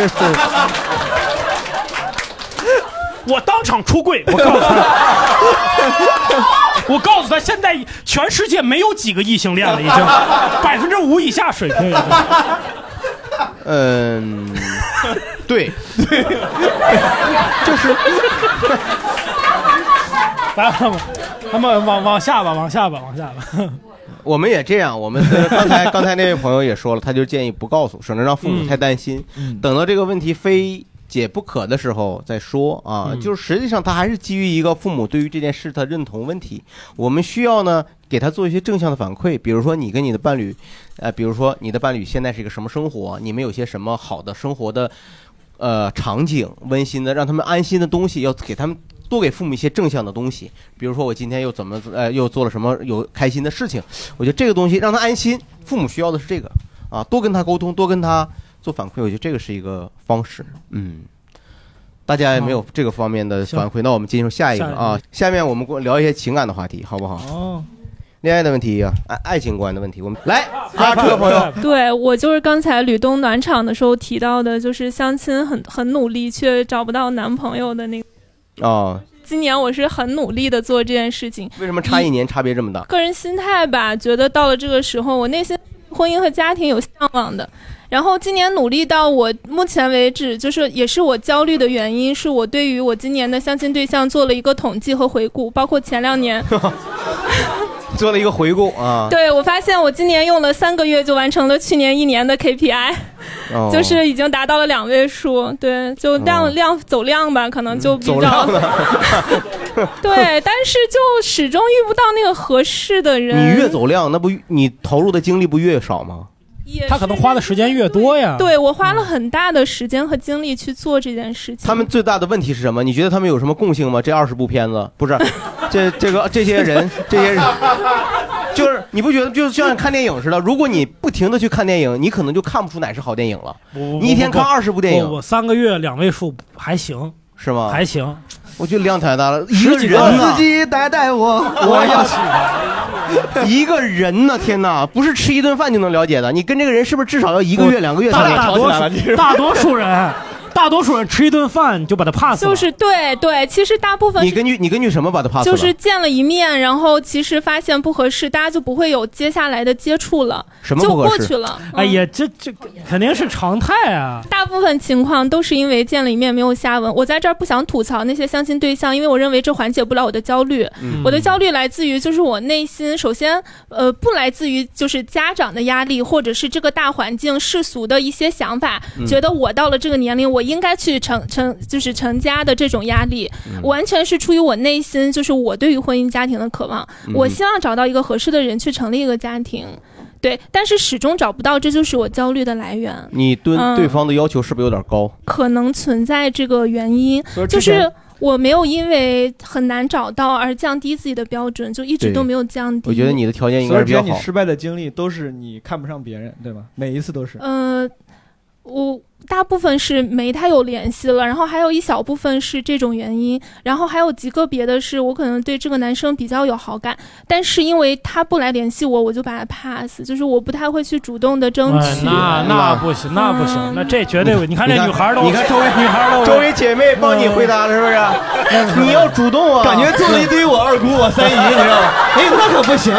Speaker 4: 我当场出柜，我告诉他，我 告诉他，现在全世界没有几个异性恋了，已经 百分之五以下水平了。
Speaker 2: 嗯， 对，
Speaker 4: 就是，来，他们，他们往往下吧，往下吧，往下吧。
Speaker 2: 我们也这样，我们 刚才刚才那位朋友也说了，他就建议不告诉，省得让父母太担心。等到这个问题非解不可的时候再说啊。
Speaker 15: 嗯
Speaker 2: 就是实际上他还是基于一个父母对于这件事他认同问题，我们需要呢给他做一些正向的反馈，比如说你跟你的伴侣，呃，比如说你的伴侣现在是一个什么生活，你们有些什么好的生活的呃场景，温馨的，让他们安心的东西，要给他们多给父母一些正向的东西，比如说我今天又怎么呃又做了什么有开心的事情，我觉得这个东西让他安心，父母需要的是这个啊，多跟他沟通，多跟他做反馈，我觉得这个是一个方式，嗯。大家也没有这个方面的反馈，那我们进入下一个啊。下面我们过聊一些情感的话题，好不好？
Speaker 4: 哦，
Speaker 2: 恋爱的问题啊，爱爱情观的问题，我们来阿车朋友，
Speaker 9: 对我就是刚才吕东暖场的时候提到的，就是相亲很很努力却找不到男朋友的那个。
Speaker 2: 哦，
Speaker 9: 今年我是很努力的做这件事情，
Speaker 2: 为什么差一年差别这么大？
Speaker 9: 个人心态吧，觉得到了这个时候，我内心婚姻和家庭有向往的。然后今年努力到我目前为止，就是也是我焦虑的原因，是我对于我今年的相亲对象做了一个统计和回顾，包括前两 年
Speaker 2: 做了一个回顾啊，
Speaker 9: 对我发现我今年用了三个月就完成了去年一年的 KPI，、
Speaker 2: 哦
Speaker 9: 就是已经达到了两位数。对，就量、量走量吧，可能就
Speaker 2: 嗯
Speaker 9: 比
Speaker 2: 走
Speaker 9: 较
Speaker 2: 量了。
Speaker 9: 对，但是就始终遇不到那个合适的人。
Speaker 2: 你越走量，那不你投入的精力不越少吗？
Speaker 9: 也
Speaker 4: 他可能花的时间越多呀。
Speaker 9: 对我花了很大的时间和精力去做这件事情。
Speaker 2: 他们最大的问题是什么？你觉得他们有什么共性吗？这二十部片子不是，这这个这些人，这些人，就是你不觉得就像看电影似的？如果你不停的去看电影，你可能就看不出哪是好电影了。你一天看二十部电
Speaker 4: 我
Speaker 2: 影
Speaker 4: 三个月两位数还行，
Speaker 2: 是吗？
Speaker 4: 还行，
Speaker 2: 我觉得量太大了，一
Speaker 4: 十
Speaker 2: 个
Speaker 4: 几
Speaker 2: 人
Speaker 4: 个
Speaker 2: 啊
Speaker 4: 自，
Speaker 2: 己带带我， 我要去。 一个人呢，天哪，不是吃一顿饭就能了解的。你跟这个人是不是至少要一个月、两个月才
Speaker 4: 大
Speaker 2: 能
Speaker 4: 大
Speaker 2: 吵起来了？
Speaker 4: 多
Speaker 2: 你是
Speaker 4: 数大多数人，大多数人吃一顿饭就把他 pass 了。
Speaker 9: 就是对对，其实大部分
Speaker 2: 你根据你根据什么把他 pass 了？
Speaker 9: 就是见了一面，然后其实发现不合适，大家就不会有接下来的接触了，
Speaker 4: 什么
Speaker 9: 就
Speaker 4: 不合
Speaker 9: 过
Speaker 4: 适
Speaker 9: 去了。嗯
Speaker 4: 哎呀，这这肯定是常态啊。
Speaker 9: 大部分情况都是因为见了一面没有下文。我在这儿不想吐槽那些相亲对象，因为我认为这缓解不了我的焦虑。
Speaker 16: 嗯
Speaker 9: 我的焦虑来自于就是我内心，首先呃不来自于就是家长的压力，或者是这个大环境世俗的一些想法，
Speaker 16: 嗯
Speaker 9: 觉得我到了这个年龄，我应该去成成就是成家的这种压力，
Speaker 16: 嗯
Speaker 9: 完全是出于我内心就是我对于婚姻家庭的渴望。
Speaker 16: 嗯
Speaker 9: 我希望找到一个合适的人去成立一个家庭。对，但是始终找不到，这就是我焦虑的来源。
Speaker 2: 你对
Speaker 9: 嗯
Speaker 2: 对方的要求是不是有点高？
Speaker 9: 可能存在这个原因
Speaker 2: 是，
Speaker 9: 就
Speaker 2: 之前
Speaker 9: 是我没有因为很难找到而降低自己的标准，就一直
Speaker 2: 对
Speaker 9: 都没有降低。
Speaker 2: 我觉得你的条件应该
Speaker 3: 所
Speaker 2: 是
Speaker 3: 以
Speaker 2: 比
Speaker 3: 之
Speaker 2: 较
Speaker 3: 前你
Speaker 2: 好。
Speaker 3: 失败的经历都是你看不上别人，对吗？每一次都是。
Speaker 9: 呃，我大部分是没太有联系了，然后还有一小部分是这种原因，然后还有极个别的是我可能对这个男生比较有好感，但是因为他不来联系我，我就把他 pass，就是我不太会去主动的争
Speaker 4: 哎
Speaker 9: 取。
Speaker 4: 那那不行，那不
Speaker 9: 嗯
Speaker 4: 行，那这绝对不。你看这女孩都，
Speaker 2: 嗯你看周围
Speaker 4: 女孩都，嗯
Speaker 2: 周围姐妹帮你回答了是不 是？你要主动啊！
Speaker 3: 感觉做了一堆我二姑我三姨，你知道吗？哎，那可不行，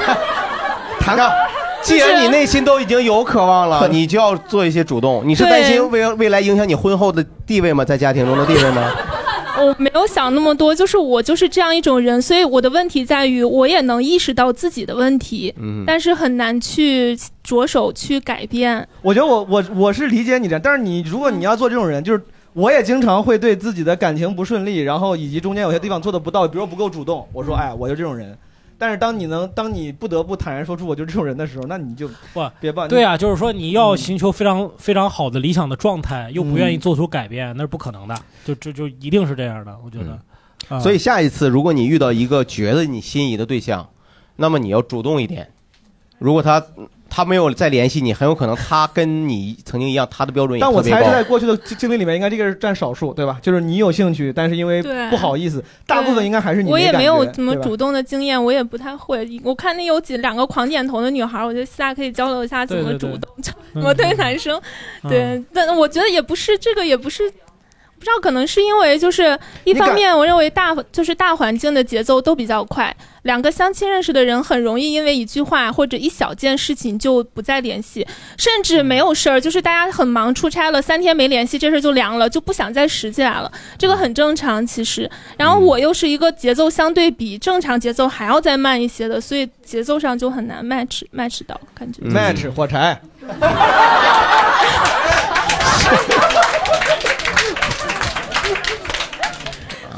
Speaker 3: 那
Speaker 2: 谈谈。既然你内心都已经有渴望了，你就要做一些主动。你是
Speaker 9: 对
Speaker 2: 担心未未来影响你婚后的地位吗？在家庭中的地位 吗？
Speaker 9: 我呃没有想那么多，就是我就是这样一种人，所以我的问题在于，我也能意识到自己的问题，
Speaker 2: 嗯
Speaker 9: 但是很难去着手去改变。
Speaker 3: 我觉得我我我是理解你这样，但是你如果你要做这种人，就是我也经常会对自己的感情不顺利，然后以及中间有些地方做的不到位，比如说不够主
Speaker 9: 嗯
Speaker 3: 动，我说哎，我就这种人。但是当你能当你不得不坦然说出我就这种人的时候，那你就别办。
Speaker 4: 对啊，就是说你
Speaker 2: 嗯
Speaker 4: 要寻求非常非常好的理想的状态，又不愿意
Speaker 3: 嗯
Speaker 4: 做出改变，那是不可能的。就就就一定是这样的，我觉得。啊
Speaker 2: 嗯所以下一次，如果你遇到一个觉得你心仪的对象，那么你要主动一点。如果他他没有再联系你，很有可能他跟你曾经一样，他的标准也
Speaker 3: 但我
Speaker 2: 特别
Speaker 3: 猜是在
Speaker 2: 高。
Speaker 3: 过去的经经历里面，应该这个是占少数，对吧？就是你有兴趣，但是因为
Speaker 9: 对
Speaker 3: 不好意思，大部分应该还是你
Speaker 9: 我也
Speaker 3: 感
Speaker 9: 没
Speaker 3: 觉
Speaker 9: 有怎么
Speaker 3: 对吧
Speaker 9: 主动的经验，我也不太会。我看那有几两个狂点头的女孩，我觉得私下可以交流一下怎么
Speaker 4: 对对对
Speaker 9: 主动，怎么对男生。
Speaker 4: 嗯
Speaker 9: 对，但我觉得也不是这个，也不是。不知道，可能是因为就是一
Speaker 15: 你感
Speaker 9: 方面，我认为大就是大环境的节奏都比较快，两个相亲认识的人很容易因为一句话或者一小件事情就不再联系，甚至没有事儿，就是大家很忙出差了，三天没联系，这事儿就凉了，就不想再拾起来了，这个很正常其实。然后我又是一个节奏相对比正常节奏还要再慢一些的，所以节奏上就很难 match match 到感
Speaker 2: 嗯
Speaker 9: 觉。
Speaker 3: match 火柴，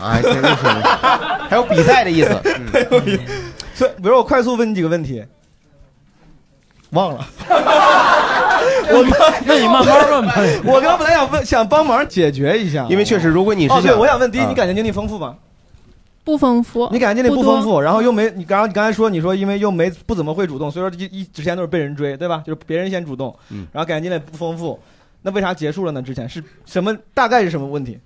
Speaker 2: 哎，真的是， 嗯还有比赛的意思。
Speaker 3: 所以，比如我快速问你几个问题，忘了。我 刚，
Speaker 2: 那你慢慢问吧
Speaker 3: 我刚本来想问，想帮忙解决一下，
Speaker 2: 因为确实，如果你是
Speaker 3: 哦，对，
Speaker 2: 想
Speaker 3: 我想问，第一，
Speaker 2: 啊
Speaker 3: 你感情经历丰富吗？
Speaker 9: 不丰富，
Speaker 3: 你感情经历不
Speaker 9: 多嗯
Speaker 3: 丰富，然后又没你，然后你刚才说你说因为又没不怎么会主动，所以说一一之前都是被人追，对吧？就是别人先主动，
Speaker 2: 嗯
Speaker 3: 然后感情经历不丰富，那为啥结束了呢？之前是什么？大概是什么问题？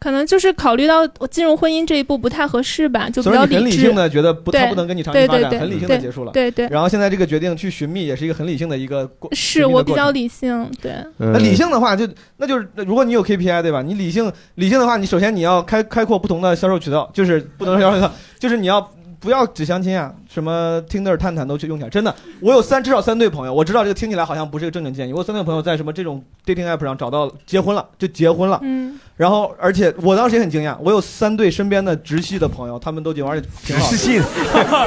Speaker 9: 可能就是考虑到我进入婚姻这一步不太合适吧，就比
Speaker 3: 所以
Speaker 9: 较
Speaker 3: 你很理
Speaker 9: 智。
Speaker 3: 性的觉得不，他
Speaker 9: 对
Speaker 3: 不能跟你长期
Speaker 9: 对
Speaker 3: 发
Speaker 9: 对
Speaker 3: 展，
Speaker 9: 对
Speaker 3: 很理性的
Speaker 9: 对
Speaker 3: 结束了。
Speaker 9: 对对，
Speaker 3: 然后现在这个决定去寻觅，也是一个很理性的一个过。
Speaker 9: 是
Speaker 3: 寻觅的
Speaker 9: 我比
Speaker 3: 过程
Speaker 9: 较理性，对。
Speaker 3: 那理性的话就，那就是如果你有 KPI 对吧？你理性理性的话，你首先你要开开阔不同的销售渠道，就是不能销售渠道，就是你要不要只相亲啊？什么 Tinder、探探都去用起来。真的，我有三至少三对朋友，我知道这个听起来好像不是个正经建议。我有三对朋友在什么这种 dating app 上找到结婚了，就结婚了。
Speaker 9: 嗯。
Speaker 3: 然后，而且我当时也很惊讶，我有三对身边的直系的朋友，他们都结婚，而且挺好的。直
Speaker 2: 系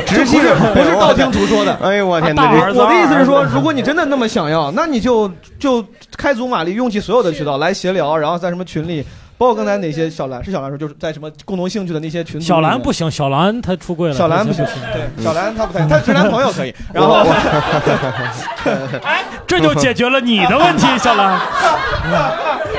Speaker 3: 直系的不是道听途说的。
Speaker 2: 哎呦我天哪！
Speaker 3: 大啊
Speaker 2: 这
Speaker 3: 我的意思是说，如果你真的那么想要，那你就就开足马力，用尽所有的渠道来闲聊，然后在什么群里，包括刚才哪些小兰是小兰说，就是在什么共同兴趣的那些群组里面。
Speaker 4: 小兰不行，小兰她出柜了，
Speaker 3: 小兰不行
Speaker 4: 行，
Speaker 3: 对小兰她不太，她直男朋友可 以。然后，
Speaker 4: 这就解决了你的问题，小兰。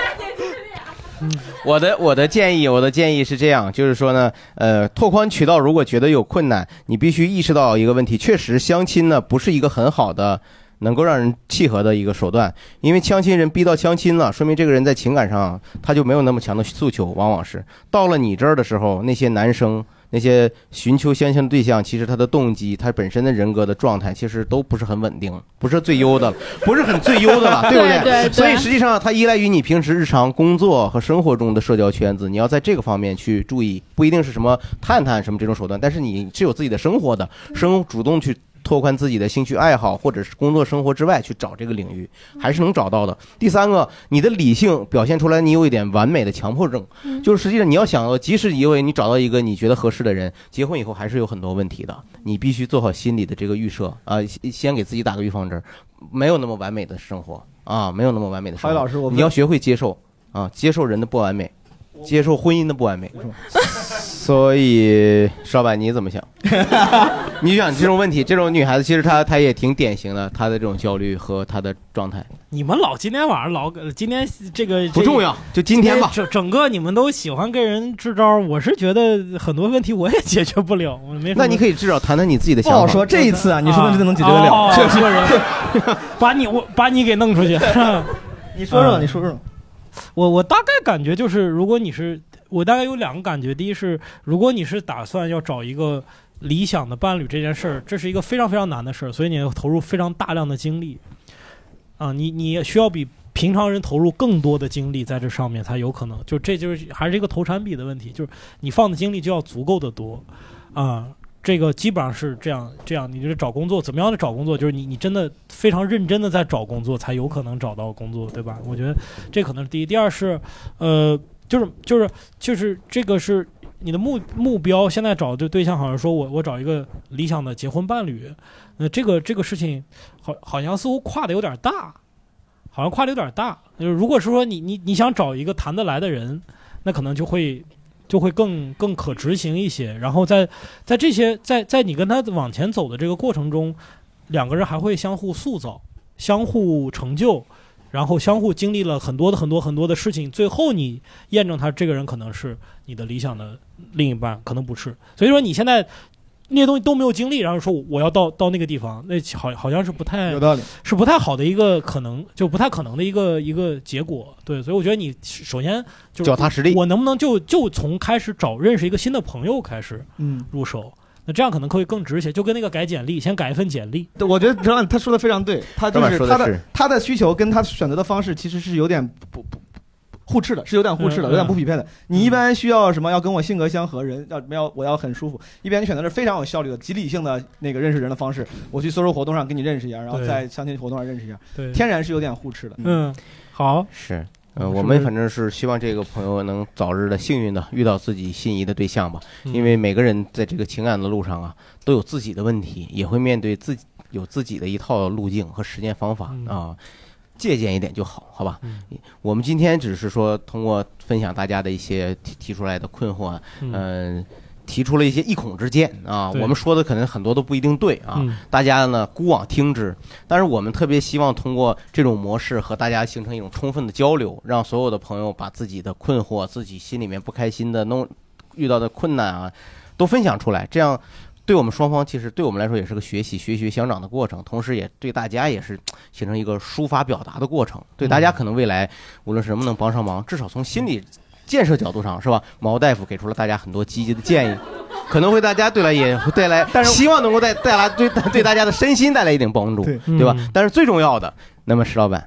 Speaker 2: 我的我的建议，我的建议是这样，就是说呢，呃，拓宽渠道，如果觉得有困难，你必须意识到一个问题，确实相亲呢不是一个很好的。能够让人契合的一个手段，因为相亲人逼到相亲了，说明这个人在情感上他就没有那么强的诉求，往往是到了你这儿的时候，那些男生那些寻求相亲的对象，其实他的动机、他本身的人格的状态，其实都不是很稳定，不是最优的了，不是很最优的了，对不
Speaker 9: 对对对
Speaker 2: 所以实际上它依赖于你平时日常工作和生活中的社交圈子，你要在这个方面去注意，不一定是什么探探什么这种手段，但是你是有自己的生活的，生主动去。拓宽自己的兴趣爱好，或者是工作生活之外去找这个领域，还是能找到的。第三个，你的理性表现出来，你有一点完美的强迫症，就是实际上你要想到，即使因为你找到一个你觉得合适的人，结婚以后还是有很多问题的，你必须做好心理的这个预设啊、先先给自己打个预防针儿，没有那么完美的生活啊，没有那么完美的生活。
Speaker 3: 郝宇老师我问
Speaker 2: 你要学会接受啊，接受人的不完美，接受婚姻的不完美。 所以，少板你 怎么想？你想这种问题，这种女孩子其实她她也挺典型的，她的这种焦虑和她的状态。
Speaker 4: 你们老今天晚上老今天这个
Speaker 2: 不重要就今天吧
Speaker 4: 整整个你们都喜欢跟人支招，我是觉得很多问题我也解决不了，我没什么。
Speaker 2: 那你可以至少谈谈你自己的
Speaker 4: 不
Speaker 2: 想法。
Speaker 4: 好说这一次啊你说的真的能解决得了
Speaker 2: 哦
Speaker 4: 这个人把你我把你给弄出去。
Speaker 3: 你说说，
Speaker 4: 嗯
Speaker 3: 你说说，
Speaker 4: 我我大概感觉就是，如果你是我大概有两个感觉，第一是如果你是打算要找一个理想的伴侣这件事儿，这是一个非常非常难的事儿，所以你要投入非常大量的精力啊，你你也需要比平常人投入更多的精力在这上面才有可能，就这就是还是一个投产比的问题，就是你放的精力就要足够的多啊。这个基本上是这样，这样你就是找工作，怎么样的找工作，就是你你真的非常认真的在找工作，才有可能找到工作，对吧？我觉得这可能是第一，第二是，呃，就是就是就是这个是你的目目标，现在找的对象好像说我我找一个理想的结婚伴侣，那、这个这个事情好好像似乎跨的有点大，好像跨的有点大。就是如果是说你你你想找一个谈得来的人，那可能就会就会更更可执行一些。然后在在这些在在你跟他往前走的这个过程中，两个人还会相互塑造、相互成就，然后相互经历了很多的很多很多的事情，最后你验证他这个人可能是你的理想的另一半，可能不是。所以说你现在那些东西都没有经历，然后说我要到到那个地方，那好好像是不太
Speaker 3: 有道理，
Speaker 4: 是不太好的一个可能，就不太可能的一个一个结果。对，所以我觉得你首先就是
Speaker 2: 脚踏实地
Speaker 4: 我能不能就就从开始找认识一个新的朋友开始，
Speaker 3: 嗯，
Speaker 4: 入手。那这样可能会更直一些，就跟那个改简历，先改一份简历。
Speaker 3: 对我觉得张亮他说的非常对，他就
Speaker 4: 张
Speaker 3: 是
Speaker 4: 亮说的
Speaker 3: 他的
Speaker 4: 是
Speaker 3: 他的需求跟他选择的方式其实是有点不不不互斥的，是有点互斥的，
Speaker 6: 嗯
Speaker 3: 有点不匹配的。你一般需要什么？要跟我性格相合，人要要我要很舒服。一边你选择是非常有效率的、极理性的那个认识人的方式，我去 social 活动上跟你认识一下，然后
Speaker 4: 对
Speaker 3: 在相亲活动上认识一下，
Speaker 4: 对
Speaker 3: 天然是有点互斥的。
Speaker 4: 嗯， 好，
Speaker 2: 是，呃，我们反正是希望这个朋友能早日的幸运的遇到自己心仪的对象吧，
Speaker 4: 嗯
Speaker 2: 因为每个人在这个情感的路上啊，都有自己的问题，也会面对自己有自己的一套路径和实践方法啊，借鉴一点就好，好吧？我们今天只是说通过分享大家的一些提提出来的困惑啊，
Speaker 6: 嗯
Speaker 2: 嗯。提出了一些一孔之见啊，
Speaker 6: 对
Speaker 2: 我们说的可能很多都不一定对啊，
Speaker 6: 嗯
Speaker 2: 大家呢姑妄听之。但是我们特别希望通过这种模式和大家形成一种充分的交流，让所有的朋友把自己的困惑、自己心里面不开心的弄遇到的困难啊，都分享出来，这样。对我们双方，其实对我们来说也是个学习、学习相长的过程，同时也对大家也是形成一个抒发表达的过程。对大家
Speaker 3: 嗯
Speaker 2: 可能未来无论是能不能帮上忙，至少从心理建设角度上，是吧？毛大夫给出了大家很多积极的建议，可能会大家对来也会带来，但是希望能够带带来对对大家的身心带来一定帮助，对吧？
Speaker 3: 嗯
Speaker 2: 但是最重要的，那么石老板，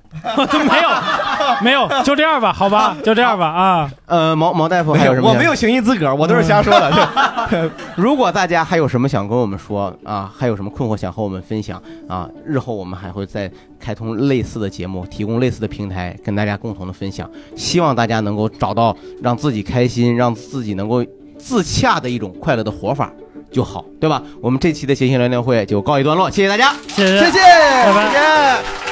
Speaker 4: 没有，就这样吧，好吧，就这样吧啊。
Speaker 2: 呃，毛毛大夫还有什么
Speaker 3: 我
Speaker 2: 想？
Speaker 3: 没有行医资格，我都是
Speaker 6: 嗯
Speaker 3: 瞎说的。
Speaker 2: 如果大家还有什么想跟我们说啊，还有什么困惑想和我们分享啊，日后我们还会再开通类似的节目，提供类似的平台跟大家共同的分享。希望大家能够找到让自己开心、让自己能够自洽的一种快乐的活法就好，对吧？我们这期的谐星聊天会就告一段落，谢谢大家，
Speaker 4: 谢
Speaker 2: 谢谢，
Speaker 6: 拜拜
Speaker 2: 谢谢